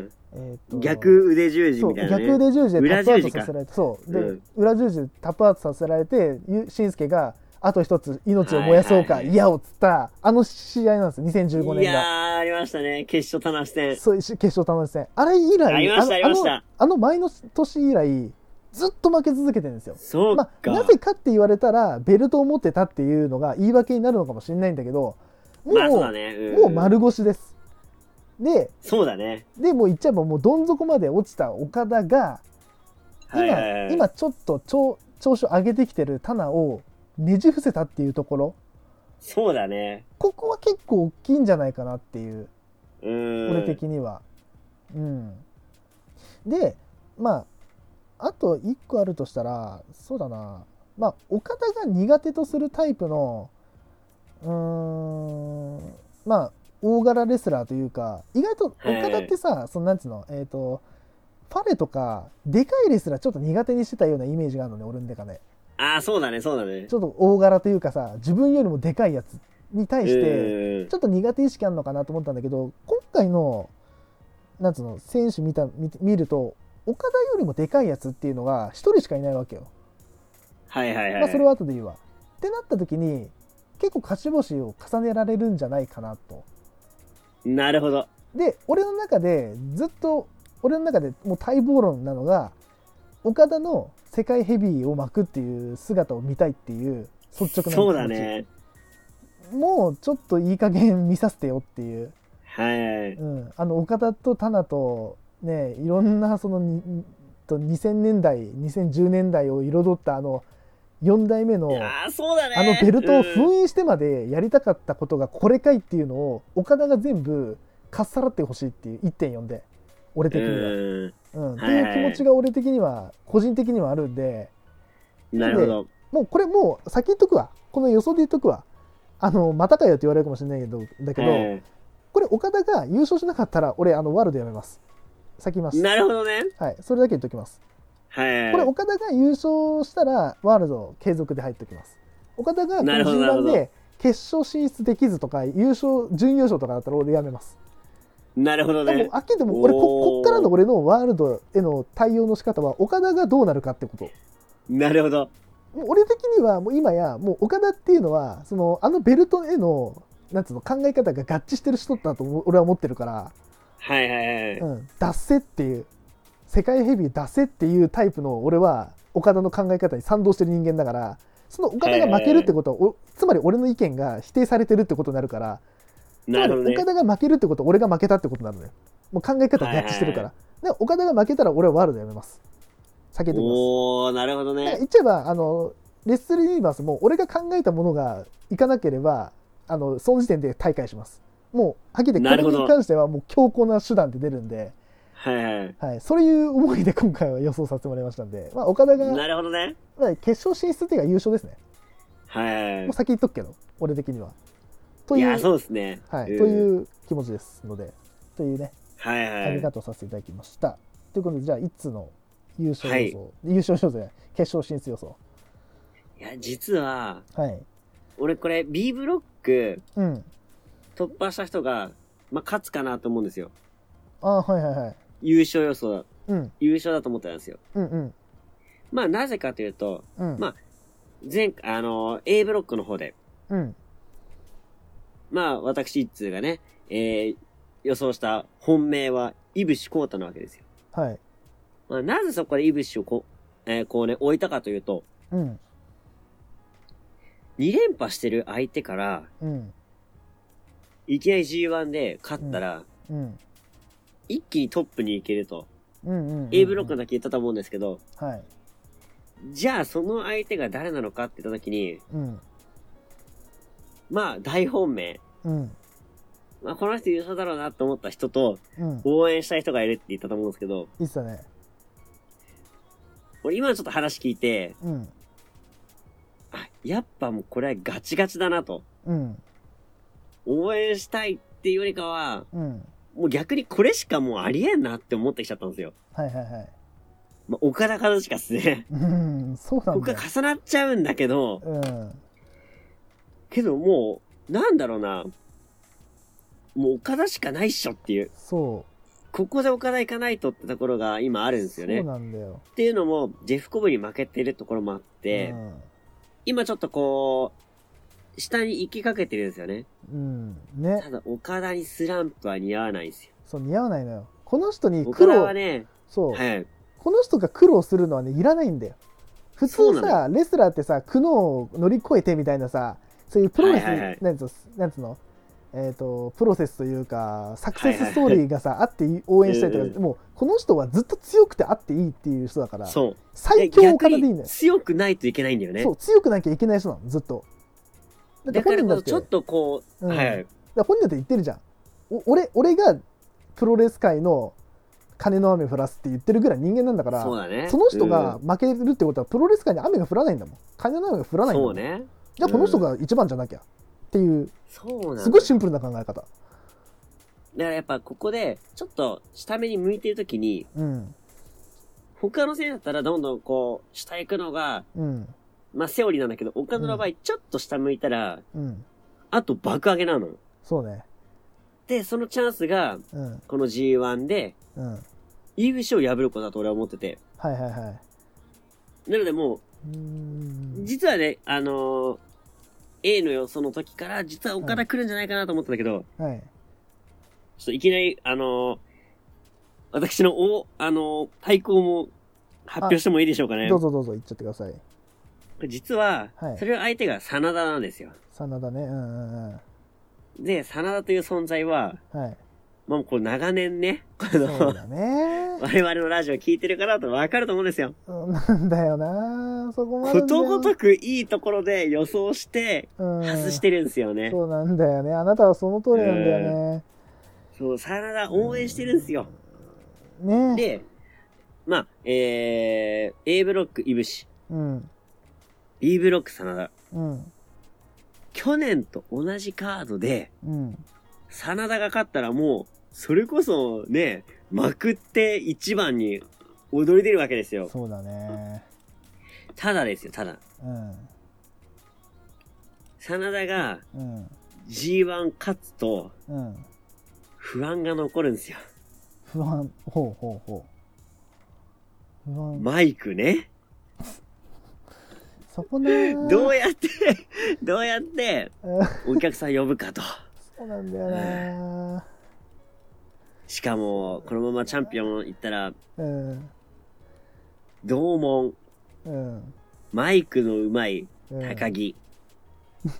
Speaker 1: うん
Speaker 2: えー
Speaker 1: う
Speaker 2: と
Speaker 1: ん。逆腕十字
Speaker 2: そ
Speaker 1: み
Speaker 2: う
Speaker 1: たいな、
Speaker 2: 逆
Speaker 1: ね。
Speaker 2: で十字でタップアウトさせられてそうで、
Speaker 1: うん
Speaker 2: 裏十字でタップアウトさせられてゆ俊輔があと一つ命を燃やそうか
Speaker 1: はいはいはい
Speaker 2: いやをっつったあの試合なんですよ2015
Speaker 1: い
Speaker 2: 年
Speaker 1: や
Speaker 2: が。
Speaker 1: ー、ありましたね。決勝棚視点。
Speaker 2: そういう決勝楽し戦あれ以来
Speaker 1: ありました
Speaker 2: あ
Speaker 1: あり
Speaker 2: の
Speaker 1: まし
Speaker 2: あ
Speaker 1: た
Speaker 2: のあの前の年以来ずっと負け続けてるんですよ
Speaker 1: そう
Speaker 2: ま
Speaker 1: か。
Speaker 2: あ、なぜかって言われたらベルトを持ってたっていうのが言い訳になるのかもしれないんだけどもう,、
Speaker 1: まあそうだね。うん
Speaker 2: もう丸腰ですで
Speaker 1: そうだね。
Speaker 2: でもう言っちゃえばもうどん底まで落ちた岡田が今,、
Speaker 1: はいはいはい、
Speaker 2: 今ちょっと調調子を上げてきてるタナをねじ伏せたっていうところ
Speaker 1: そうだね。
Speaker 2: ここは結構大きいんじゃないかなっていう
Speaker 1: うん。
Speaker 2: 俺的には。うん、でまああと1個あるとしたらそうだなまあ岡田が苦手とするタイプのうーんまあ大柄レスラーというか意外と
Speaker 1: はい
Speaker 2: 岡田ってさ、そのなんつうのえっ、とファレとかでかいレスラーちょっと苦手にしてたようなイメージがあるのね俺の中で
Speaker 1: ああ、そうだね、そうだね。
Speaker 2: ちょっと大柄というかさ自分よりもでかいやつに対して、
Speaker 1: うん
Speaker 2: ちょっと苦手意識あるのかなと思ったんだけど今回のなんつうの選手見た見見ると岡田よりもでかいやつっていうのが1人しかいないわけよ、
Speaker 1: はいはいはい。
Speaker 2: まあ、それは後で言うわ。ってなった時に結構勝ち星を重ねられるんじゃないかなと。
Speaker 1: なるほど。
Speaker 2: で俺の中でずっと俺の中でもう待望論なのが岡田の世界ヘビーを巻くっていう姿を見たいっていう率直な気持ち
Speaker 1: そうだね。
Speaker 2: もうちょっといい加減見させてよっていう
Speaker 1: はいはい。
Speaker 2: うん、あの岡田とタナとねいろんなそのにと2000年代2010年代を彩ったあの4代目のあ
Speaker 1: ああ、そうだね。
Speaker 2: のベルトを
Speaker 1: うん
Speaker 2: 封印してまでやりたかったことがこれかいっていうのを岡田が全部かっさらってほしいっていう1.4で俺的に
Speaker 1: う
Speaker 2: は、うん。って
Speaker 1: はいはい
Speaker 2: いう気持ちが俺的には個人的にはあるんで
Speaker 1: ん。なるほど。
Speaker 2: もうこれもう先言っとくわこの予想で言っとくわあのまたかよって言われるかもしれないけどだけど、
Speaker 1: え
Speaker 2: これ岡田が優勝しなかったら俺あのワールドやめます先言いま
Speaker 1: え
Speaker 2: す
Speaker 1: なるほどね。
Speaker 2: はいそれだけ言っときます
Speaker 1: はい。
Speaker 2: これ岡田が優勝したらワールド継続で入っておきます岡田がこの
Speaker 1: なるほどなるほ
Speaker 2: G1
Speaker 1: ど
Speaker 2: で決勝進出できずとか優勝準優勝とかだったら俺やめます
Speaker 1: なるほど
Speaker 2: で
Speaker 1: ね
Speaker 2: も。秋でも俺ここ
Speaker 1: おー
Speaker 2: っからの俺のワールドへの対応の仕方は岡田がどうなるかってこと
Speaker 1: なるほど。
Speaker 2: もう俺的にはもう今やもう岡田っていうのはそのあのベルトへのなんつうの考え方が合致してる人だと思う俺は思ってるから
Speaker 1: はいはいは
Speaker 2: う
Speaker 1: い。
Speaker 2: ん、出せっていう世界ヘビー出せっていうタイプの俺は岡田の考え方に賛同してる人間だからその岡田が負けるってことは、おつまり俺の意見が否定されてるってことになるからつま
Speaker 1: な
Speaker 2: り
Speaker 1: るほどね
Speaker 2: 岡。田が負けるってことは俺が負けたってことになるのよもう考え方が合致してるから、
Speaker 1: は
Speaker 2: で岡田が負けたら俺はワールドやめます避けておき
Speaker 1: おおなるほど
Speaker 2: ますだから
Speaker 1: ね。
Speaker 2: 言っちゃえばあのレッスルユニバースも俺が考えたものがいかなければあのその時点で大会しますもうはっきり言ってこれに関してはもう強硬な手段で出るんで
Speaker 1: はいはい。
Speaker 2: はい、そういう思いで今回は予想させてもらいましたんで、まあ、岡田が、
Speaker 1: なるほどね。
Speaker 2: まあ決勝進出っていうか優勝ですね。
Speaker 1: はい
Speaker 2: もう
Speaker 1: は
Speaker 2: 先言っとくけど、俺的には。と
Speaker 1: い。い
Speaker 2: いう、
Speaker 1: や、そうですね。
Speaker 2: はい、
Speaker 1: ん
Speaker 2: という気持ちですので、というね、
Speaker 1: はい
Speaker 2: あり
Speaker 1: は
Speaker 2: が
Speaker 1: い。
Speaker 2: とうさせていただきました。ということで、じゃあ、いつの優勝予想、
Speaker 1: は
Speaker 2: 優勝予想じゃない決勝進出予想。
Speaker 1: いや、実は、
Speaker 2: はい。
Speaker 1: 俺これ B ブロック
Speaker 2: うん。
Speaker 1: 突破した人が、まあ、勝つかなと思うんですよ。
Speaker 2: ああ、はいはいはい。
Speaker 1: 優勝予想だ、
Speaker 2: うん、
Speaker 1: 優勝だと思ってたんですよ。
Speaker 2: うん、うん、
Speaker 1: まあ、なぜかというと、
Speaker 2: うん。
Speaker 1: まあ前、あのー、A ブロックの方で、
Speaker 2: うん、
Speaker 1: まあ、私一通がね、えー、予想した本命は、イブシコウタなわけですよ。
Speaker 2: はい。
Speaker 1: まあ、なぜそこでイブシをこう、えーこうね、置いたかというと、
Speaker 2: うん、
Speaker 1: 2連覇してる相手から、
Speaker 2: うん、
Speaker 1: いきなり G1 で勝ったら、
Speaker 2: うん、
Speaker 1: 一気にトップに行けると。
Speaker 2: うん、うんうん。
Speaker 1: A ブロックだけ言ったと思うんですけど、
Speaker 2: はい。
Speaker 1: じゃあその相手が誰なのかって言った時に、
Speaker 2: うん、
Speaker 1: まあ大本命。
Speaker 2: うん、
Speaker 1: まあこの人優勝だろうなと思った人と、
Speaker 2: うん。
Speaker 1: 応援したい人がいるって言ったと思うんですけど、
Speaker 2: いいっすよね。
Speaker 1: 俺今ちょっと話聞いて、
Speaker 2: うん、
Speaker 1: あ、やっぱもうこれはガチガチだなと。
Speaker 2: うん、
Speaker 1: 応援したいっていうよりかは、
Speaker 2: うん。
Speaker 1: もう逆にこれしかもうありえんなって思ってきちゃったんですよ。
Speaker 2: はいはいはい。
Speaker 1: まあ岡田和親っすね。
Speaker 2: うん、そうなん
Speaker 1: 僕
Speaker 2: だ
Speaker 1: が
Speaker 2: よ。
Speaker 1: 重なっちゃうんだけど、
Speaker 2: うん。
Speaker 1: けどもう、なんだろうな。もう岡田しかないっしょっていう。
Speaker 2: そう。
Speaker 1: ここで岡田行かないとってところが今あるんですよね
Speaker 2: そう。なんだよ。
Speaker 1: っていうのも、ジェフコブに負けてるところもあって、今ちょっとこう、下に行きかけてるんですよね。
Speaker 2: うん。うん。ね
Speaker 1: た。だ、岡田にスランプは似合わないんですよ。
Speaker 2: そう、似合わないのよ。この人に苦
Speaker 1: 岡田
Speaker 2: 労、
Speaker 1: はね、
Speaker 2: そう、
Speaker 1: はい。
Speaker 2: この人が苦労するのはね、いらないんだよ。普
Speaker 1: そう
Speaker 2: 通
Speaker 1: なの
Speaker 2: さ、レスラーってさ、苦悩を乗り越えてみたいなさ、そういうプロレス、
Speaker 1: はいはいはい
Speaker 2: なんつうのなんつうのえっ、と、プロセスというか、サクセスストーリーがさ、あって応援したりとか、
Speaker 1: うんうん
Speaker 2: もう、この人はずっと強くてあっていいっていう人だから、
Speaker 1: そう。
Speaker 2: 最強
Speaker 1: 逆
Speaker 2: からでいいん
Speaker 1: に
Speaker 2: だよ。
Speaker 1: 強くないといけないんだよね
Speaker 2: そ。う、強くなきゃいけない人なの、ずっと。だって
Speaker 1: だか
Speaker 2: 本
Speaker 1: ら
Speaker 2: 人
Speaker 1: こ
Speaker 2: だっ
Speaker 1: そ
Speaker 2: て
Speaker 1: ちょっとこう、
Speaker 2: うん
Speaker 1: はい。
Speaker 2: だから本人だって言ってるじゃんお俺俺がプロレス界の金の雨降らすって言ってるぐらい人間なんだから
Speaker 1: そうだね。
Speaker 2: その人が
Speaker 1: うん
Speaker 2: 負けるってことはプロレス界に雨が降らないんだもん金の雨が降らないんだ
Speaker 1: そ
Speaker 2: も、
Speaker 1: うんね。
Speaker 2: じゃあこの人が一番じゃなきゃっていう
Speaker 1: そうなんだ
Speaker 2: すごいシンプルな考え方
Speaker 1: だからやっぱここで、ちょっと下目に向いてるときに、
Speaker 2: うん
Speaker 1: 他の選手だったらどんどんこう、下行くのが、
Speaker 2: うん
Speaker 1: まあセオリーなんだけど、岡田の場合、ちょっと下向いたら、
Speaker 2: うん
Speaker 1: あと爆上げなの。
Speaker 2: そうね
Speaker 1: で、そのチャンスが、
Speaker 2: うん
Speaker 1: この G1 で、
Speaker 2: うんはい
Speaker 1: EBC を破ることだと俺は思ってて。
Speaker 2: はいはい
Speaker 1: なのでも
Speaker 2: うー
Speaker 1: う、
Speaker 2: ん
Speaker 1: 実はね、あのー A の予想の時から、実は岡田来るんじゃないかなと思ったんだけど、
Speaker 2: はい
Speaker 1: ちょっといきなり、あのー私のお、あのー対抗も発表してもいいでしょうかね
Speaker 2: ど。うぞどうぞ言っちゃってください
Speaker 1: 実は
Speaker 2: は、い
Speaker 1: それは相手が真田なんですよ。
Speaker 2: 真田ねうんうんうん
Speaker 1: で、真田という存在は、
Speaker 2: はい
Speaker 1: まあ、こう長年ね、こ
Speaker 2: そう
Speaker 1: の、
Speaker 2: だね
Speaker 1: 我々のラジオ聞いてるからとわかると思うんですよ。
Speaker 2: うんなんだよなそこまで
Speaker 1: ことごとくいいところで予想して、
Speaker 2: 外
Speaker 1: 外してるんですよね。
Speaker 2: そうなんだよね。あなたはその通りなんだよね。
Speaker 1: そう、真田応援してるんですよ。
Speaker 2: ね
Speaker 1: で、まあ、えー、A ブロック、いぶし、
Speaker 2: うん。
Speaker 1: B ブロック、真田。
Speaker 2: うん。
Speaker 1: 去年と同じカードで、
Speaker 2: うん。
Speaker 1: 真田が勝ったらもう、それこそね、まくって一番に踊り出るわけですよ。
Speaker 2: そうだね。
Speaker 1: ただですよ、ただ。
Speaker 2: うん。
Speaker 1: 真田が
Speaker 2: うん。
Speaker 1: G1 勝つと
Speaker 2: うん。
Speaker 1: 不安が残るんですよ。
Speaker 2: 不安。ほうほうほう。不安。
Speaker 1: マイクね。
Speaker 2: そこね。
Speaker 1: どう
Speaker 2: や。
Speaker 1: やって、どうやってお客さん呼ぶかと。
Speaker 2: そうなんだよな。
Speaker 1: しかも、このままチャンピオン行ったら、
Speaker 2: うん。
Speaker 1: 同門、
Speaker 2: うん。
Speaker 1: マイクの上手い
Speaker 2: うん
Speaker 1: 高木。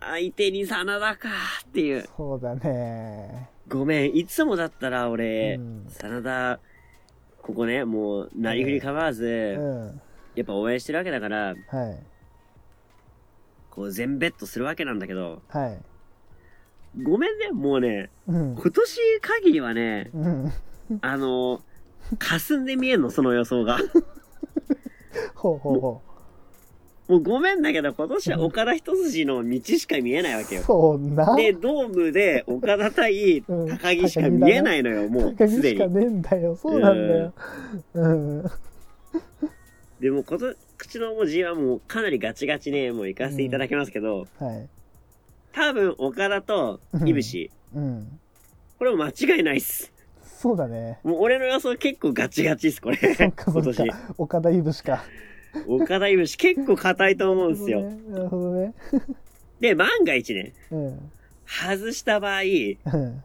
Speaker 1: 相手に真田かっていう。
Speaker 2: そうだね。
Speaker 1: ごめん、いつもだったら俺、
Speaker 2: うん
Speaker 1: 真田、ここね、もう、なりふり構わず、
Speaker 2: うん。
Speaker 1: やっぱ応援してるわけだから、
Speaker 2: はい。
Speaker 1: こう全ベッドするわけなんだけど、
Speaker 2: はい。
Speaker 1: ごめんね、もうね、
Speaker 2: うん。
Speaker 1: 今年限りはね、
Speaker 2: うん。
Speaker 1: あのー、霞んで見えんの、その予想が。
Speaker 2: ほうほうほ
Speaker 1: もうごめんだけど、今年は岡田一筋の道しか見えないわけ
Speaker 2: う。
Speaker 1: よ。
Speaker 2: そんな。
Speaker 1: で、ドームで岡田対
Speaker 2: うん
Speaker 1: 高木しか見えないのよ、も
Speaker 2: 高
Speaker 1: う
Speaker 2: 木
Speaker 1: すで
Speaker 2: しか
Speaker 1: に。
Speaker 2: ねえんだよ。そうなんだよ。うん。
Speaker 1: でも今年、口の文字はもうかなりガチガチね、もう行かせていただきますけど、
Speaker 2: はい。
Speaker 1: 多分岡田といぶし、
Speaker 2: うん。
Speaker 1: これも間違いないっす。
Speaker 2: そうだね。
Speaker 1: もう俺の予想結構ガチガチっす、これ。
Speaker 2: そっかそ
Speaker 1: 今
Speaker 2: っか
Speaker 1: 年。。
Speaker 2: 岡田いぶしか。
Speaker 1: 岡田いぶし結構硬いと思うんですよ。
Speaker 2: なるほどね。
Speaker 1: で、万が一ね、
Speaker 2: なるほどね
Speaker 1: 外した場合、
Speaker 2: うん。うん。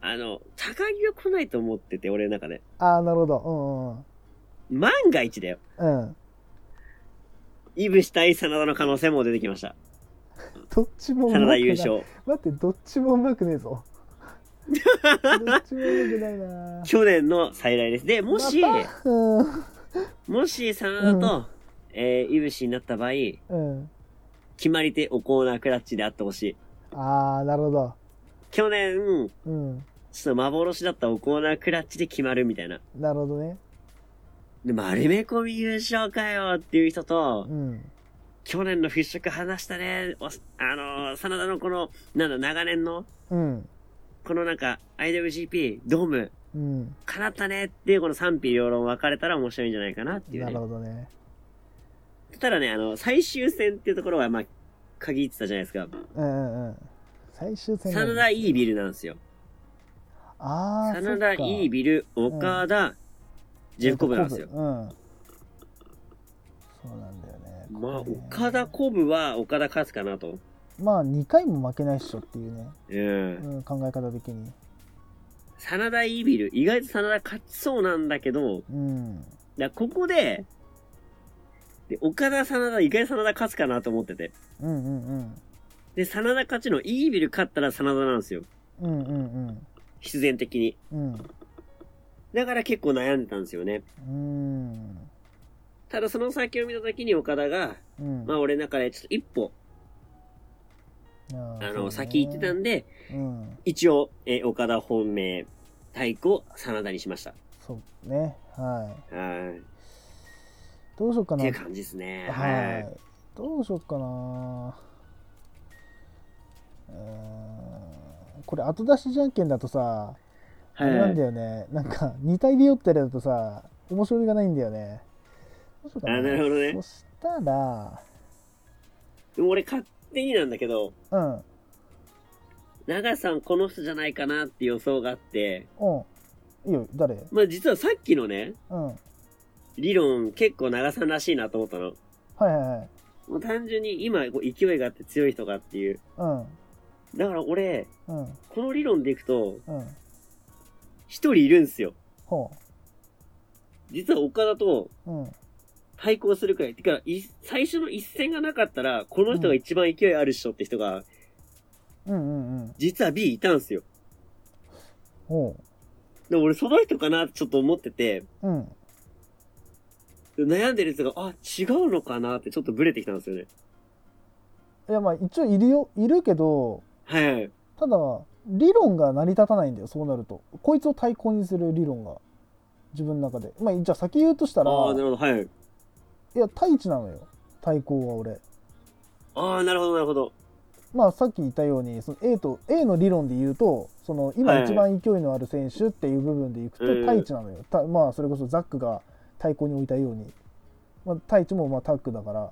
Speaker 1: あの、高木が来ないと思ってて、俺の中で。
Speaker 2: ああ、なるほど。
Speaker 1: 万が一だよ。
Speaker 2: うんうんうん。うん。
Speaker 1: イブシ対真田の可能性も出てきました。
Speaker 2: どっちもうま
Speaker 1: 真
Speaker 2: くな
Speaker 1: 田
Speaker 2: い
Speaker 1: 優。勝。
Speaker 2: 待って、どっちもうまくねえぞ。どっちもうまくないな。
Speaker 1: 去年の再来です。で、もし、
Speaker 2: またうん。
Speaker 1: もし真田と、えー、イブシになった場合、
Speaker 2: うん。
Speaker 1: 決まり手おコーナークラッチであってほしい。
Speaker 2: ああ、なるほど。
Speaker 1: 去年、
Speaker 2: うん。
Speaker 1: ちょっと幻だったおコーナークラッチで決まるみたいな。
Speaker 2: なるほどね。
Speaker 1: で、丸め込み優勝かよっていう人と
Speaker 2: う、ん。
Speaker 1: 去年の払拭話したね、おあのー、真田のこの、なんだ、長年の、
Speaker 2: うん。
Speaker 1: このなんか、IWGP、ドーム、
Speaker 2: うん。
Speaker 1: 叶ったねっていうこの賛否両論分かれたら面白いんじゃないかなっていう
Speaker 2: なる
Speaker 1: ね。
Speaker 2: ほどね。
Speaker 1: ただね、あの、最終戦っていうところは、まあ、限ってたじゃないですか。
Speaker 2: うんうんうん。最終戦
Speaker 1: 真
Speaker 2: あ
Speaker 1: 田イービルなんですよ。
Speaker 2: あー、
Speaker 1: 真田イー
Speaker 2: ビ
Speaker 1: ビル、岡田、ジェフコブなんですよ。
Speaker 2: うん。そうなんだよね。
Speaker 1: まあ、
Speaker 2: これね
Speaker 1: 岡田コブは岡田勝つかなと。
Speaker 2: まあ、2回も負けないっしょっていうね、
Speaker 1: う。
Speaker 2: うんん、考え方的に。
Speaker 1: 真田イービル、意外と真田勝ちそうなんだけど、
Speaker 2: うん。
Speaker 1: だからここで、で、岡田真田、意外と真田勝つかなと思ってて。
Speaker 2: うんうん
Speaker 1: で、真田勝ちのイービル勝ったら真田なんですよ。
Speaker 2: うん。うんうん
Speaker 1: 必然的に。
Speaker 2: うん。
Speaker 1: だから結構悩んでたんですよね。
Speaker 2: うん。
Speaker 1: ただその先を見た時に岡田が、
Speaker 2: うん。
Speaker 1: まあ俺の中でちょっと一歩、
Speaker 2: あ
Speaker 1: あの、先行ってた
Speaker 2: ん
Speaker 1: んで、
Speaker 2: うん。
Speaker 1: 一応、えー岡田本命、対抗、真田にしました。
Speaker 2: そうね。はい。
Speaker 1: はい。
Speaker 2: どうしようか
Speaker 1: っ
Speaker 2: な
Speaker 1: てい。う感じですね。
Speaker 2: は。
Speaker 1: はい
Speaker 2: どうしようかな。うーん。これ後出しじゃんけんだとさ、あ
Speaker 1: い。
Speaker 2: れなんだ
Speaker 1: はい。
Speaker 2: よね。なんか2対で酔ってるやつだとさ、面白みがないんだよね。どうしようかな。
Speaker 1: あなるほどね
Speaker 2: そしたら、
Speaker 1: でも俺勝手になんだけど、
Speaker 2: うん。
Speaker 1: 長さんこの人じゃないかなって予想があって、
Speaker 2: うん。いいよ、誰
Speaker 1: まあ実はさっきのね、
Speaker 2: うん。はい
Speaker 1: 理論結構長さんらしいなと思ったの。
Speaker 2: はいはい。
Speaker 1: もう単純に今こう勢いがあって強い人がっていう。
Speaker 2: うん。
Speaker 1: だから俺、
Speaker 2: うん。
Speaker 1: この理論でいくと、
Speaker 2: うん。
Speaker 1: 一人いるんすよ。
Speaker 2: ほ
Speaker 1: 実は岡田と
Speaker 2: う。うん。
Speaker 1: 対抗するくらい。てか、い最初の一戦がなかったら、この人が一番勢いある人って人が、
Speaker 2: うんうんうん。
Speaker 1: 実は B いたんすよ。
Speaker 2: ほ
Speaker 1: で、俺その人かなってちょっと思ってて、
Speaker 2: う。うん。
Speaker 1: 悩んでる人が、あ、違うのかなってちょっとブレてきたんですよね。
Speaker 2: いやまあ一応いるよ、いるけど、
Speaker 1: はいはい。
Speaker 2: ただ、理論が成り立たないんだよ、そうなると。こいつを対抗にする理論が。自分の中で。まあ、じゃあ先言うとしたら、
Speaker 1: ああ、なるほど、はい。
Speaker 2: いや、太一なのよ。対抗は俺。
Speaker 1: ああ、なるほど、なるほど。
Speaker 2: まあ、さっき言ったように、その A と、A の理論で言うと、その、
Speaker 1: は
Speaker 2: 今
Speaker 1: い
Speaker 2: 一番勢いのある選手っていう部分でいくと、
Speaker 1: うん
Speaker 2: 太一なのよ。たまあ、それこそザックが対抗に置いたように。まあ、太一もまあタッグだから。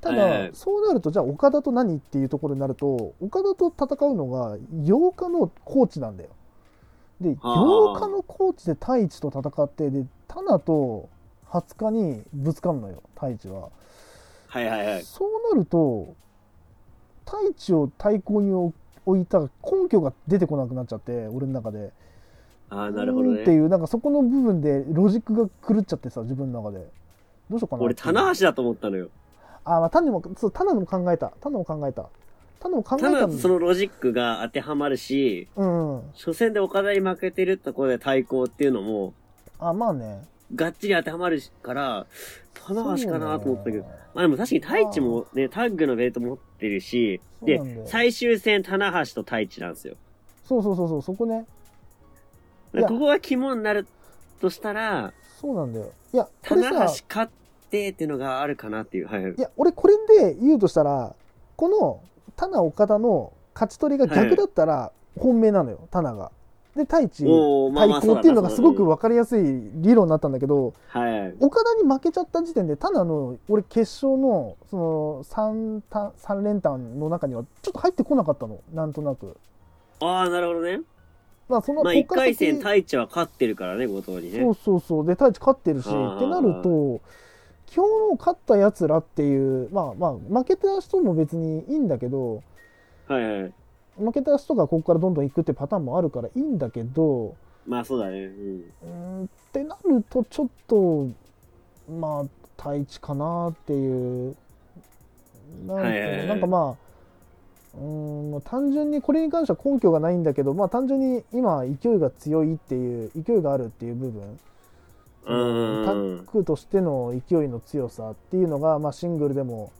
Speaker 2: ただ、
Speaker 1: はいはい
Speaker 2: そうなると、じゃあ岡田と何っていうところになると、岡田と戦うのが8日のコーチなんだよ。で、
Speaker 1: あー
Speaker 2: 8日のコーチで太一と戦って、で、タナと20日にぶつかるのよ、太一は。
Speaker 1: はいはいはい。
Speaker 2: そうなると太一を対抗に置いた根拠が出てこなくなっちゃって俺の中で
Speaker 1: ああ、なるほど
Speaker 2: うんってい
Speaker 1: ね。
Speaker 2: うなんかそこの部分でロジックが狂っちゃってさ自分の中でどうしようかな
Speaker 1: 俺、
Speaker 2: 棚
Speaker 1: 棚橋だと思ったのよ。
Speaker 2: あ、まあ、種もそう棚も考えた棚も考えた棚も考えた
Speaker 1: 棚
Speaker 2: ん
Speaker 1: 橋
Speaker 2: だ
Speaker 1: そのロジックが当てはまるし、
Speaker 2: うんうん
Speaker 1: 初戦で岡田に負けてるところで対抗っていうのも、
Speaker 2: あまあね
Speaker 1: がっちり当てはまるから、棚橋かなと思ったけど。
Speaker 2: そうね
Speaker 1: まあでも確かに太一もね、タッグのベルト持ってるし、で
Speaker 2: そうなんだよ、
Speaker 1: 最終戦、棚橋と太一なんですよ。
Speaker 2: そうそうそうそうそこね
Speaker 1: だ
Speaker 2: いや
Speaker 1: ここが肝になるとしたら、
Speaker 2: そうなんだよいやこれ
Speaker 1: 棚橋
Speaker 2: さ
Speaker 1: 勝ってっていうのがあるかなっていう。はいはい
Speaker 2: い。や俺これで言うとしたらこのタナ岡田の勝ち取りが逆だったら本命なのよタナが。で太一
Speaker 1: おーまあ
Speaker 2: 対
Speaker 1: まあ
Speaker 2: 抗っていうのが
Speaker 1: そうだな
Speaker 2: すごく分かりやすい理論になったんだけど
Speaker 1: はい。
Speaker 2: 岡田に負けちゃった時点でタナの俺決勝のその 3, 単三連単の中にはちょっと入ってこなかったのなんとなく。
Speaker 1: ああ、なるほどね。
Speaker 2: まあその
Speaker 1: まあ、
Speaker 2: こっ
Speaker 1: 1
Speaker 2: から
Speaker 1: 回
Speaker 2: 先
Speaker 1: 戦、太一は勝ってるからね、後藤に
Speaker 2: そ
Speaker 1: ね
Speaker 2: う。そうそうで太一勝ってるしっ
Speaker 1: あー
Speaker 2: てなると今日の勝ったやつらっていうまあまあ負けた人も別にいいんだけど
Speaker 1: はいはい。
Speaker 2: 負けた人がここからどんどん行くってパターンもあるからいいんだけど
Speaker 1: まあ、そうだね。うん。
Speaker 2: うーんってなるとちょっとまあ太一かなっていうなん
Speaker 1: はいはい
Speaker 2: か
Speaker 1: はい
Speaker 2: なんかまあうーんまあ単純にこれに関しては根拠がないんだけどまあ単純に今勢いが強いっていう勢いがあるっていう部分
Speaker 1: う
Speaker 2: タ
Speaker 1: ー
Speaker 2: ッ
Speaker 1: ん。
Speaker 2: グとしての勢いの強さっていうのが、まあ、シングルでも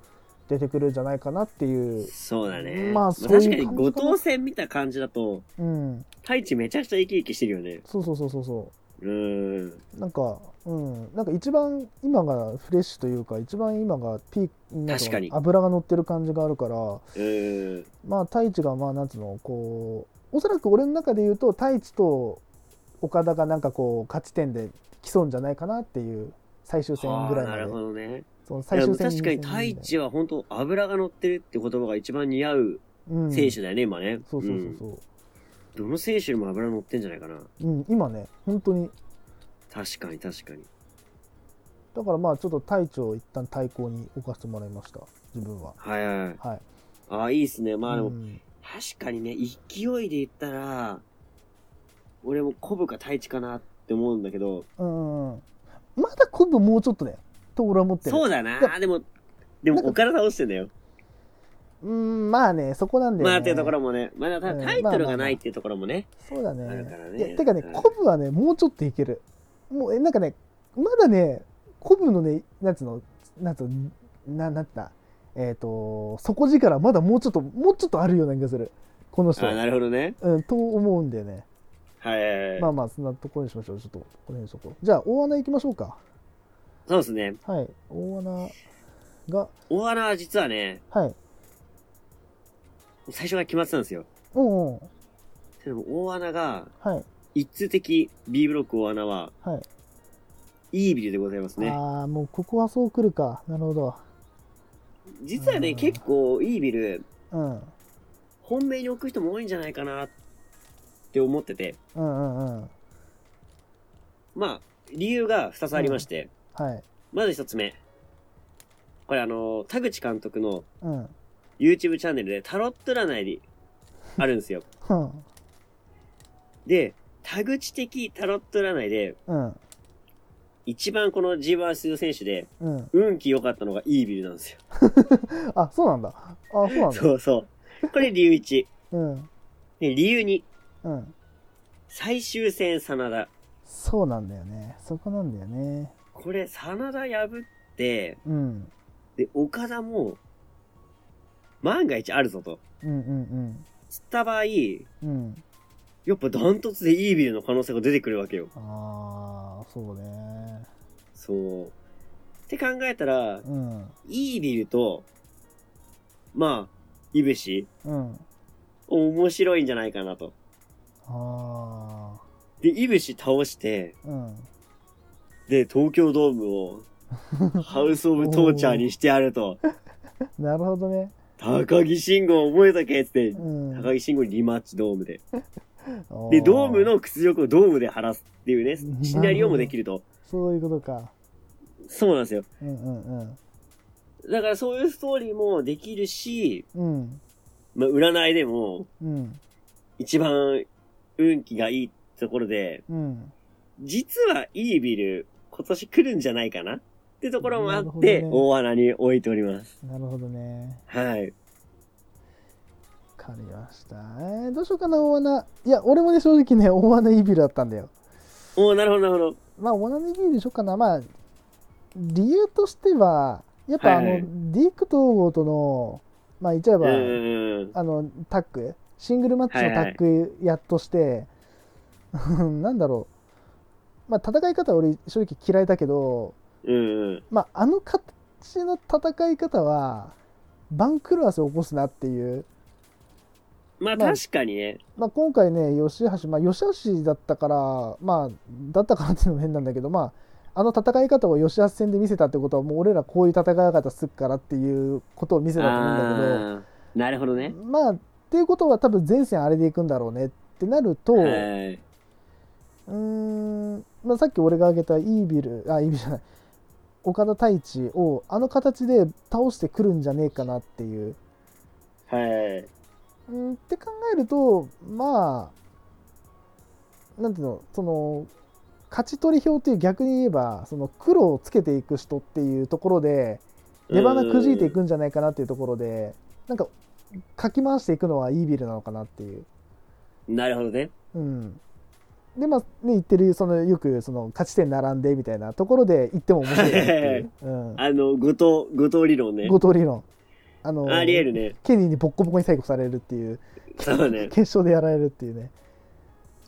Speaker 2: 出てくるんじゃないかなっていう、
Speaker 1: そうだね。
Speaker 2: まあ
Speaker 1: まあ、
Speaker 2: そう
Speaker 1: 確
Speaker 2: いう
Speaker 1: か
Speaker 2: 感じ
Speaker 1: に、後藤戦見た感じだと、
Speaker 2: うん、
Speaker 1: 太一めちゃくちゃ生き生きしてるよね。
Speaker 2: そうそうそうそうそう
Speaker 1: ーん。
Speaker 2: うなんか、うん、なんか一番今がフレッシュというか一番今がピークなん
Speaker 1: 確かに
Speaker 2: 油が乗ってる感じがあるから
Speaker 1: うーん。
Speaker 2: まあ太一がまあなんつうのこうおそらく俺の中で言うと太一と岡田がなんかこう勝ち点で競うんじゃないかなっていう最終戦ぐらい
Speaker 1: あーな
Speaker 2: ま
Speaker 1: る
Speaker 2: で
Speaker 1: ほどね。
Speaker 2: その
Speaker 1: い
Speaker 2: 最
Speaker 1: や
Speaker 2: 終
Speaker 1: 確
Speaker 2: 戦
Speaker 1: かに太一は本当油が乗ってるって言葉が一番似合う
Speaker 2: うん
Speaker 1: 選手だよね、今ね。
Speaker 2: そうそうそうそう、
Speaker 1: うんどの選手よりも油乗ってんじゃないかな。
Speaker 2: うん、今ね、本当に、
Speaker 1: 確かに確かに。
Speaker 2: だからまあ、ちょっと隊長を一旦対抗に置かせてもらいました、自分は。
Speaker 1: はいはい。
Speaker 2: はい。
Speaker 1: ああ、いいっすね。まあでも、
Speaker 2: うん
Speaker 1: 確かにね、勢いで言ったら、俺もコブか太一かなって思うんだけど、
Speaker 2: うんうん。まだコブもうちょっとだよ、と俺は思ってる。
Speaker 1: そう
Speaker 2: う
Speaker 1: だ
Speaker 2: いや
Speaker 1: な。でも、で
Speaker 2: なん
Speaker 1: も、
Speaker 2: か
Speaker 1: お体落ちてんだよ。
Speaker 2: ん、まあね、そこなんだよ、ね。
Speaker 1: まあっていうところもね、まあ、た
Speaker 2: うん
Speaker 1: タイトルがないっていうところもね。
Speaker 2: そうだ
Speaker 1: あるから
Speaker 2: ね。
Speaker 1: ね
Speaker 2: いや、てかね
Speaker 1: う、ん
Speaker 2: コブはね、もうちょっといける。もう、え、なんかね、まだね、コブのね、なんつうの、なんつうの、な、なんだ、えっ、と、底力、まだもうちょっと、もうちょっとあるような気がする。この人
Speaker 1: ああ、。なるほどね。
Speaker 2: うん、と思うんだよね。
Speaker 1: はいはいはい。
Speaker 2: まあまあ、そんなところにしましょう。ちょっと、この辺にしとこう。じゃあ、大穴行きましょうか。
Speaker 1: そうですね。
Speaker 2: はい。大穴が、
Speaker 1: 大穴は実はね、
Speaker 2: はい。
Speaker 1: 最初から決まってたんですよ。
Speaker 2: うんうん。
Speaker 1: でも大穴が、
Speaker 2: はい。
Speaker 1: 一通的 B ブロック大穴は、
Speaker 2: はい。
Speaker 1: イービルでございますね。
Speaker 2: ああ、もうここはそう来るか。なるほど。
Speaker 1: 実は
Speaker 2: う
Speaker 1: ね、
Speaker 2: ん
Speaker 1: 結構イービル、
Speaker 2: うん。うん
Speaker 1: 本命に置く人も多いんじゃないかなって思ってて。
Speaker 2: うんうん。
Speaker 1: まあ、理由が2つありまして。
Speaker 2: はい。
Speaker 1: まず1つ目。これあの、田口監督の
Speaker 2: うん。うん。
Speaker 1: YouTube チャンネルでタロット占いであるん ですよ。で、田口的タロット占いで、
Speaker 2: うん。
Speaker 1: 一番この G1 出場選手で
Speaker 2: うん。
Speaker 1: 運気良かったのがイービルなんですよ。
Speaker 2: あ、そうなんだ。あ、そうなんだ。
Speaker 1: そうそう。これ理由1。
Speaker 2: うん。
Speaker 1: で、理由2。
Speaker 2: うん。
Speaker 1: 最終戦、真田。
Speaker 2: そうなんだよね。そこなんだよね。
Speaker 1: これ、真田破って、
Speaker 2: うん。
Speaker 1: で、岡田も、万が一あるぞと。
Speaker 2: うんうん
Speaker 1: つった場合、や
Speaker 2: うん。うん。
Speaker 1: っぱダントツでイービルの可能性が出てくるわけよ。
Speaker 2: ああ、そうね。
Speaker 1: そう。って考えたら、
Speaker 2: うん。
Speaker 1: イービルと、まあ、イブシ、
Speaker 2: うん。
Speaker 1: 面白いんじゃないかなと。
Speaker 2: ああ。
Speaker 1: で、イブシ倒して、
Speaker 2: うん。
Speaker 1: で、東京ドームを、ハウスオブトーチャーにしてやると。
Speaker 2: なるほどね。
Speaker 1: 高木慎吾覚えたけって、
Speaker 2: うん。
Speaker 1: 高木慎吾にリマッチドームで。
Speaker 2: おー
Speaker 1: で、ドームの屈辱をドームで晴らすっていうね、シナリオもできると。
Speaker 2: そういうことか。
Speaker 1: そうなんですよ。
Speaker 2: うんうん
Speaker 1: だからそういうストーリーもできるし、
Speaker 2: うん。うん。
Speaker 1: まあ、占いでも、
Speaker 2: うん。
Speaker 1: 一番運気がいいところで、
Speaker 2: うん。
Speaker 1: 実はイービル、今年来るんじゃないかなってところもあ
Speaker 2: なる
Speaker 1: っ
Speaker 2: ほど
Speaker 1: て、
Speaker 2: ね
Speaker 1: 大穴に置いております。
Speaker 2: なるほどね。
Speaker 1: はい。
Speaker 2: わかりました。えー、どうしようかな、大穴。いや、俺もね、正直ね、大穴イービルだったんだよ。
Speaker 1: おーなるほど、なるほど。
Speaker 2: まあ、大穴イービルにしようかな。まあ、理由としては、やっぱ、
Speaker 1: はいはい
Speaker 2: あの、ディーク統合との、まあ、言っちゃえ
Speaker 1: う
Speaker 2: ば、
Speaker 1: んうんうん。
Speaker 2: あの、タッグ、シングルマッチのタッグやっとして、 うんなんだろう、まあ、戦い方は俺正直嫌いだけど、
Speaker 1: うんうん。
Speaker 2: まあ、あの形の戦い方は番狂わせを起こすなっていう、
Speaker 1: まあ
Speaker 2: まあ
Speaker 1: 確かにね。
Speaker 2: まあ、今回ね吉橋、まあ、吉橋だったから、まあ、だったからっていうのも変なんだけど、まあ、あの戦い方を吉橋戦で見せたってことはもう俺らこういう戦い方すっからっていうことを見せたと思うんだけど。
Speaker 1: あーなるほどね。
Speaker 2: まあっていうことは多分前線あれでいくんだろうねってなると、う
Speaker 1: はい。
Speaker 2: ーん、まあ、さっき俺が挙げたイービルあイービルじゃない岡田太一をあの形で倒してくるんじゃねえかなっていう。
Speaker 1: はい。
Speaker 2: うんって考えるとまあなんていうのその勝ち取り票っていう逆に言えばその黒をつけていく人っていうところで出花くじいていくんじゃないかなっていうところでなんかかき回していくのはイービルなのかなっていう。
Speaker 1: うん。なるほどね。
Speaker 2: うん、でまあね言ってるそのよくその勝ち点並んでみたいなところで言っても面白いなって いう、うん、
Speaker 1: あの、後藤、後藤理論ね。
Speaker 2: 後藤理論あの
Speaker 1: ありえるね。
Speaker 2: ケニーにボッコボコに最後されるっていう
Speaker 1: そうね。
Speaker 2: 決勝でやられるっていうね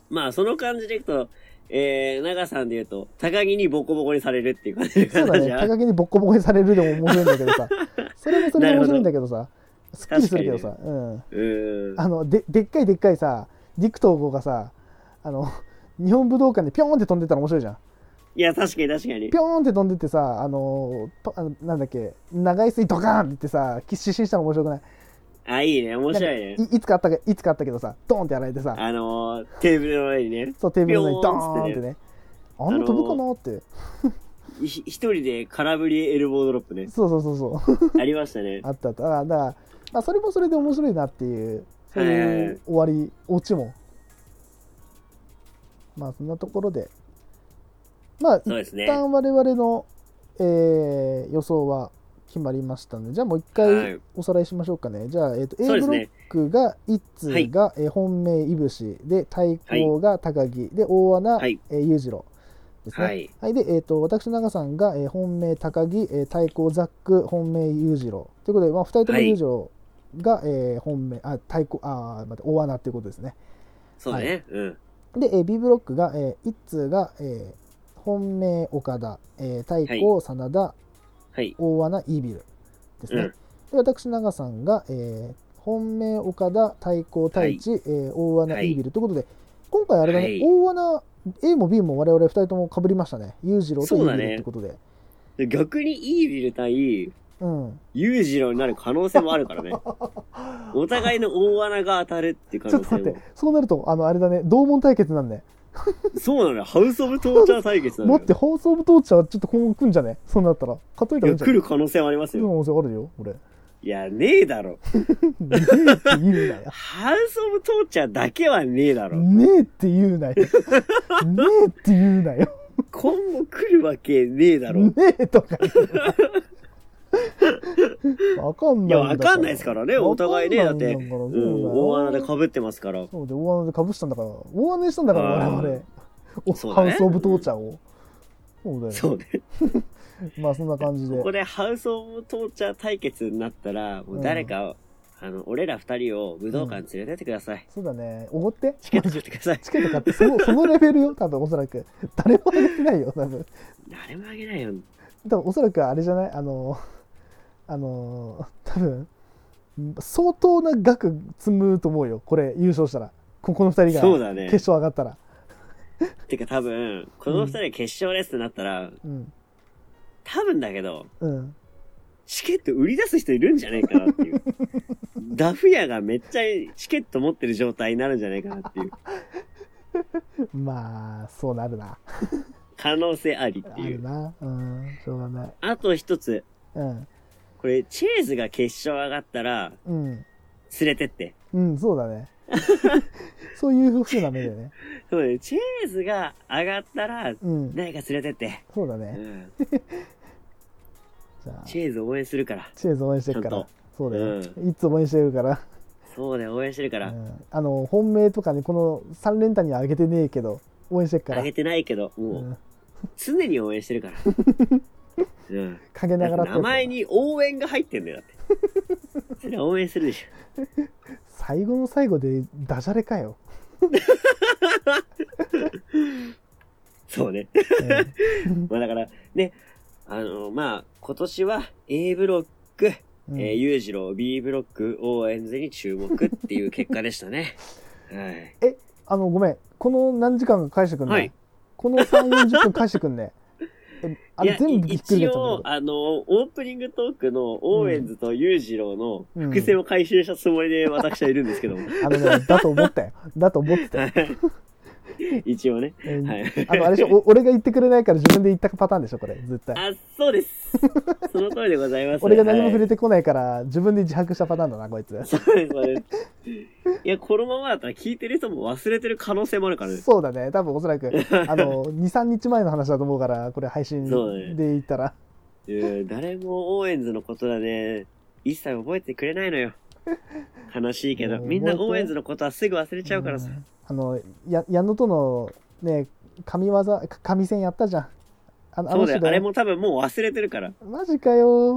Speaker 1: まあその感じでいくと、えー、長さんで言うと、高木にボコボコにされるっていう感じ
Speaker 2: そ
Speaker 1: か
Speaker 2: うだ
Speaker 1: な
Speaker 2: ね
Speaker 1: じゃあ
Speaker 2: 高木にボッコボコにされるでも面白いんだけ どさそれもそれで面白いんだけどさすっきりするけどさ、うん、
Speaker 1: うーん。
Speaker 2: あのででっかいでっかいさディクトーゴがさあの日本武道館でピョーンって飛んでったら面白いじゃん
Speaker 1: いや、確かに確かに
Speaker 2: ピ。ョーンって飛んでってさ、あのーパあのなんだっけ、長い水ドカーンって言ってさ、失神したの面白くない
Speaker 1: あ、いいね。面白いね
Speaker 2: な。んかいいつかあったか、いつかあったけどさ、ドーンってやられてさ、
Speaker 1: あのー、テーブルの上にね、
Speaker 2: そう、テーブルの上に
Speaker 1: ピ
Speaker 2: ド
Speaker 1: ョー
Speaker 2: ー
Speaker 1: ンっ
Speaker 2: ンって
Speaker 1: ね
Speaker 2: てね、あんな飛ぶかなって、。
Speaker 1: い一人で空振りエルボードロップね
Speaker 2: そうそうそうそう、
Speaker 1: ありましたね。
Speaker 2: あったあった。あだから、まあ、それもそれで面白いなっていう、そう
Speaker 1: はいはい
Speaker 2: い
Speaker 1: はいう
Speaker 2: 終わり、オチも。まあ、そんなところで、まあ、
Speaker 1: そうですね
Speaker 2: 一。旦我々の、えー予想は決まりましたので、じゃあもう一
Speaker 1: は
Speaker 2: 回
Speaker 1: い
Speaker 2: おさらいしましょうかね。じゃあ、えっ、と、
Speaker 1: そう
Speaker 2: A
Speaker 1: です
Speaker 2: ブロ
Speaker 1: ね
Speaker 2: ックが、一通
Speaker 1: はい
Speaker 2: が、えー本命いぶし、で、対抗が高木、で、大穴、
Speaker 1: はい
Speaker 2: えー裕次郎ですね。
Speaker 1: は
Speaker 2: はい。
Speaker 1: い。
Speaker 2: で、えっ、と、私、長さんが、えー本命高木、えー対抗ザック、本命裕次郎。ということで、まあ、二人とも
Speaker 1: はい
Speaker 2: 裕次郎が、えー本命、あ、対抗、あー、待って、大穴っていうことですね。
Speaker 1: そうだね。うん。
Speaker 2: で、えー B ブロックが、えー、一通が、えー本命岡田、えー、太鼓真田、
Speaker 1: はい。
Speaker 2: 大穴イービルですね。
Speaker 1: うん
Speaker 2: で私長さんが、えー本命岡田太鼓太一、えー大穴
Speaker 1: はい
Speaker 2: イービル、ということで今回あれだね、
Speaker 1: はい
Speaker 2: 大穴 A も B も我々二人とも被りましたね裕次郎
Speaker 1: そ
Speaker 2: とイ
Speaker 1: う
Speaker 2: ー
Speaker 1: だ
Speaker 2: ビ
Speaker 1: ね
Speaker 2: ルってことでう,、
Speaker 1: で逆にイービル対
Speaker 2: ん
Speaker 1: 裕次郎になる可能性もあるから ね。お互いの大穴が当たるっていう可
Speaker 2: ちょっ
Speaker 1: 能
Speaker 2: と
Speaker 1: 性
Speaker 2: 待って
Speaker 1: も。
Speaker 2: そうなるとあのあれだね同門対決なんね
Speaker 1: そうなのよ。ハウス・オブ・トーチャー対決なの
Speaker 2: 持
Speaker 1: よ。
Speaker 2: って放送部当社はちょっと今後来んじゃねそうなったら買っといた
Speaker 1: い
Speaker 2: らいい
Speaker 1: や
Speaker 2: んじゃ
Speaker 1: 来
Speaker 2: ない
Speaker 1: る可能性もあります
Speaker 2: 来る可
Speaker 1: よ。
Speaker 2: 能性あるよ俺
Speaker 1: いや、ねえだろ。
Speaker 2: ねえって言うな よ
Speaker 1: ハウス・オブ・トーチャーだけはねえだろ。
Speaker 2: ねえって言うなよねえって言うなよ
Speaker 1: 今後来るわけねえだろ。
Speaker 2: ねえとか言うな。わか
Speaker 1: い
Speaker 2: んない
Speaker 1: や、
Speaker 2: んだら。
Speaker 1: わかんないですからね、お互いね。だって、
Speaker 2: わかんないん
Speaker 1: う
Speaker 2: だから
Speaker 1: ん、大穴で。被ってますから。
Speaker 2: そうだよそうで、大穴でかぶしたんだから、大穴にしたんだから、
Speaker 1: あー
Speaker 2: 我々。お
Speaker 1: そう
Speaker 2: ハ
Speaker 1: だね
Speaker 2: ウス・オブ・トーチャーを。そうだよ。
Speaker 1: そうね。
Speaker 2: まあ、そんな感じで
Speaker 1: ここ。でハウス・オブ・トーチャー対決になったら、もう誰か、あの、俺ら二人を武道館連れてってください。
Speaker 2: そうだね。おごって。
Speaker 1: チケット買ってください。
Speaker 2: チケット買って、そ の、そのレベルよ。多分、おそらく。誰も上げてないよ、多分。
Speaker 1: 誰もあげないよ。
Speaker 2: 多分、おそらくあれじゃないあの、あの、多分、相当な額積むと思うよ。これ、優勝したら。ここの二人が。
Speaker 1: そうだね
Speaker 2: 決。勝上がったら。
Speaker 1: てか多分、この二人が決勝ですってなったら、
Speaker 2: うん。
Speaker 1: 多分だけど、
Speaker 2: うん。
Speaker 1: チケット売り出す人いるんじゃないかなって いう。ダフ屋がめっちゃチケット持ってる状態になるんじゃないかなっていう。
Speaker 2: まあ、そうなるな。
Speaker 1: 可能性ありっ
Speaker 2: あ
Speaker 1: てい
Speaker 2: る
Speaker 1: う。
Speaker 2: な。うん。しょうがない。
Speaker 1: あと一つ、
Speaker 2: うん。
Speaker 1: これ、チェーズが決勝上がったら、
Speaker 2: うん。
Speaker 1: 連れてって。
Speaker 2: うん、そう だね。そういう風な目でね。
Speaker 1: そうね、チェーズが上がったら、
Speaker 2: うん。
Speaker 1: 誰か連れてって。
Speaker 2: そうだ
Speaker 1: う
Speaker 2: ね。
Speaker 1: ん。
Speaker 2: じゃあ、
Speaker 1: チェーズ応援するから。
Speaker 2: チェーズ応援してるか
Speaker 1: ちゃん
Speaker 2: ら
Speaker 1: と。
Speaker 2: そうだよ、いつも応援してるから。
Speaker 1: そうだよ、応援してるか
Speaker 2: う
Speaker 1: ら。
Speaker 2: ん、あの、本命とかね、この3連単には上げてねえけど、応援してるか
Speaker 1: あ
Speaker 2: ら。
Speaker 1: げてないけど、
Speaker 2: う。
Speaker 1: もうん常に応援してる から。うん。
Speaker 2: 陰ながらってやつ
Speaker 1: 名前に応援が入ってんだよ、だ って。それは応援するでしょ。
Speaker 2: 最後の最後でダジャレかよ。
Speaker 1: そうね。
Speaker 2: う
Speaker 1: まあだから、ね、あの、まあ、今年は A ブロック、
Speaker 2: ん
Speaker 1: えー、裕次郎 B ブロック、応援勢に注目っていう結果でした ね。はい。
Speaker 2: あのごめんこの何時間か返してくんね、
Speaker 1: はい
Speaker 2: この3 4 0分返してくんねえあ
Speaker 1: い
Speaker 2: れ
Speaker 1: や
Speaker 2: 全部
Speaker 1: い
Speaker 2: ひっく
Speaker 1: 一
Speaker 2: り返っちゃっ
Speaker 1: 応、あの、オープニングトークのオーエンズと裕次郎の
Speaker 2: うん
Speaker 1: 伏線を回収したつもりで私はいるんですけども。
Speaker 2: たけどあのねだと思ったよだと思ってたよ、
Speaker 1: はい一応ね。
Speaker 2: うん
Speaker 1: はい。
Speaker 2: あのあれでしょお俺が言ってくれないから自分で言ったパターンでしょこれ絶対
Speaker 1: あ、そうです。その通りでございます。
Speaker 2: 俺が何も触
Speaker 1: はい
Speaker 2: れてこないから自分で自白したパターンだなこいつ
Speaker 1: そうです、そうです。いや、このままだったら聞いてる人も忘れてる可能性もあるからね。
Speaker 2: そうだね多分おそらく あの23日前の話だと思うからこれ配信
Speaker 1: そうだね
Speaker 2: で言ったら、
Speaker 1: いや誰もオーエンズのことだね、一切覚えてくれないのよ。悲しいけど、
Speaker 2: もう
Speaker 1: みんな
Speaker 2: 覚えて
Speaker 1: オーエンズのことはすぐ忘れちゃうからさ
Speaker 2: う。んあのや矢野とのね神業か神戦やったじゃんあの
Speaker 1: そうだよ
Speaker 2: 人、
Speaker 1: あれも多分もう忘れてるから。
Speaker 2: マジかよ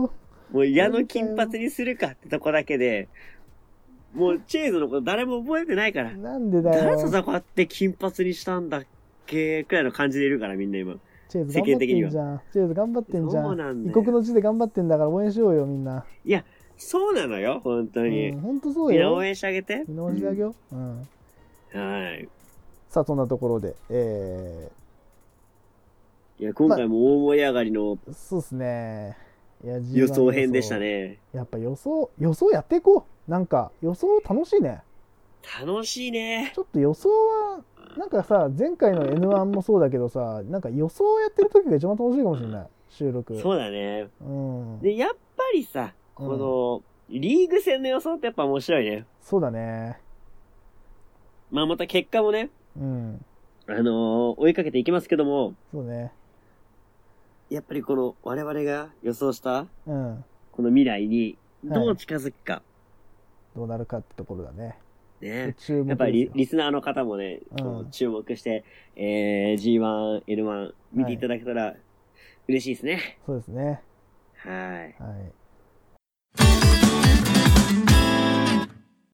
Speaker 1: もう矢の金髪にするかってとこだけで、もうチェーズのこと誰も覚えてないから。
Speaker 2: なんでだ
Speaker 1: 誰
Speaker 2: よ
Speaker 1: と戦って金髪にしたんだっけくらいの感じでいるからみんな今。
Speaker 2: チェーズ頑張ってんじゃんチェーズ頑張ってんじゃ
Speaker 1: そうんなんだ
Speaker 2: 異
Speaker 1: よ
Speaker 2: 国の地で頑張ってんだから応援しようよみんな、
Speaker 1: そうなのよ、本当
Speaker 2: う
Speaker 1: に。
Speaker 2: ん、ほんとそう
Speaker 1: みんな
Speaker 2: よ
Speaker 1: 応援してあげて。
Speaker 2: 見直してあげよう、うん
Speaker 1: うんはい。
Speaker 2: さあそんなところでえ
Speaker 1: いや、今回も大盛り上がりの
Speaker 2: ー、そうですねいや G1
Speaker 1: 予想編でしたね。
Speaker 2: やっぱ予想予想やっていこうなんか予想楽しいね
Speaker 1: 楽しいね。
Speaker 2: ちょっと予想はなんかさ前回の n 1もそうだけどさなんか予想やってる時が一番楽しいかもしれない収録
Speaker 1: そうだね。
Speaker 2: うん、
Speaker 1: で、やっぱりさ、この、リーグ戦の予想ってやっぱ面白いね。
Speaker 2: そうだね
Speaker 1: まあまた結果もね、
Speaker 2: うん
Speaker 1: あのー追いかけていきますけども、
Speaker 2: そうね
Speaker 1: やっぱりこの我々が予想した、
Speaker 2: うん
Speaker 1: この未来に、
Speaker 2: はい
Speaker 1: どう近づくか。
Speaker 2: どうなるかってところだね
Speaker 1: ね。
Speaker 2: 注目ですよ
Speaker 1: やっぱりリリスナーの方もね、こう
Speaker 2: うん
Speaker 1: 注目して、えー、G1、N1 見ていただけたら嬉しいですね。
Speaker 2: そうですね
Speaker 1: はい。
Speaker 2: はい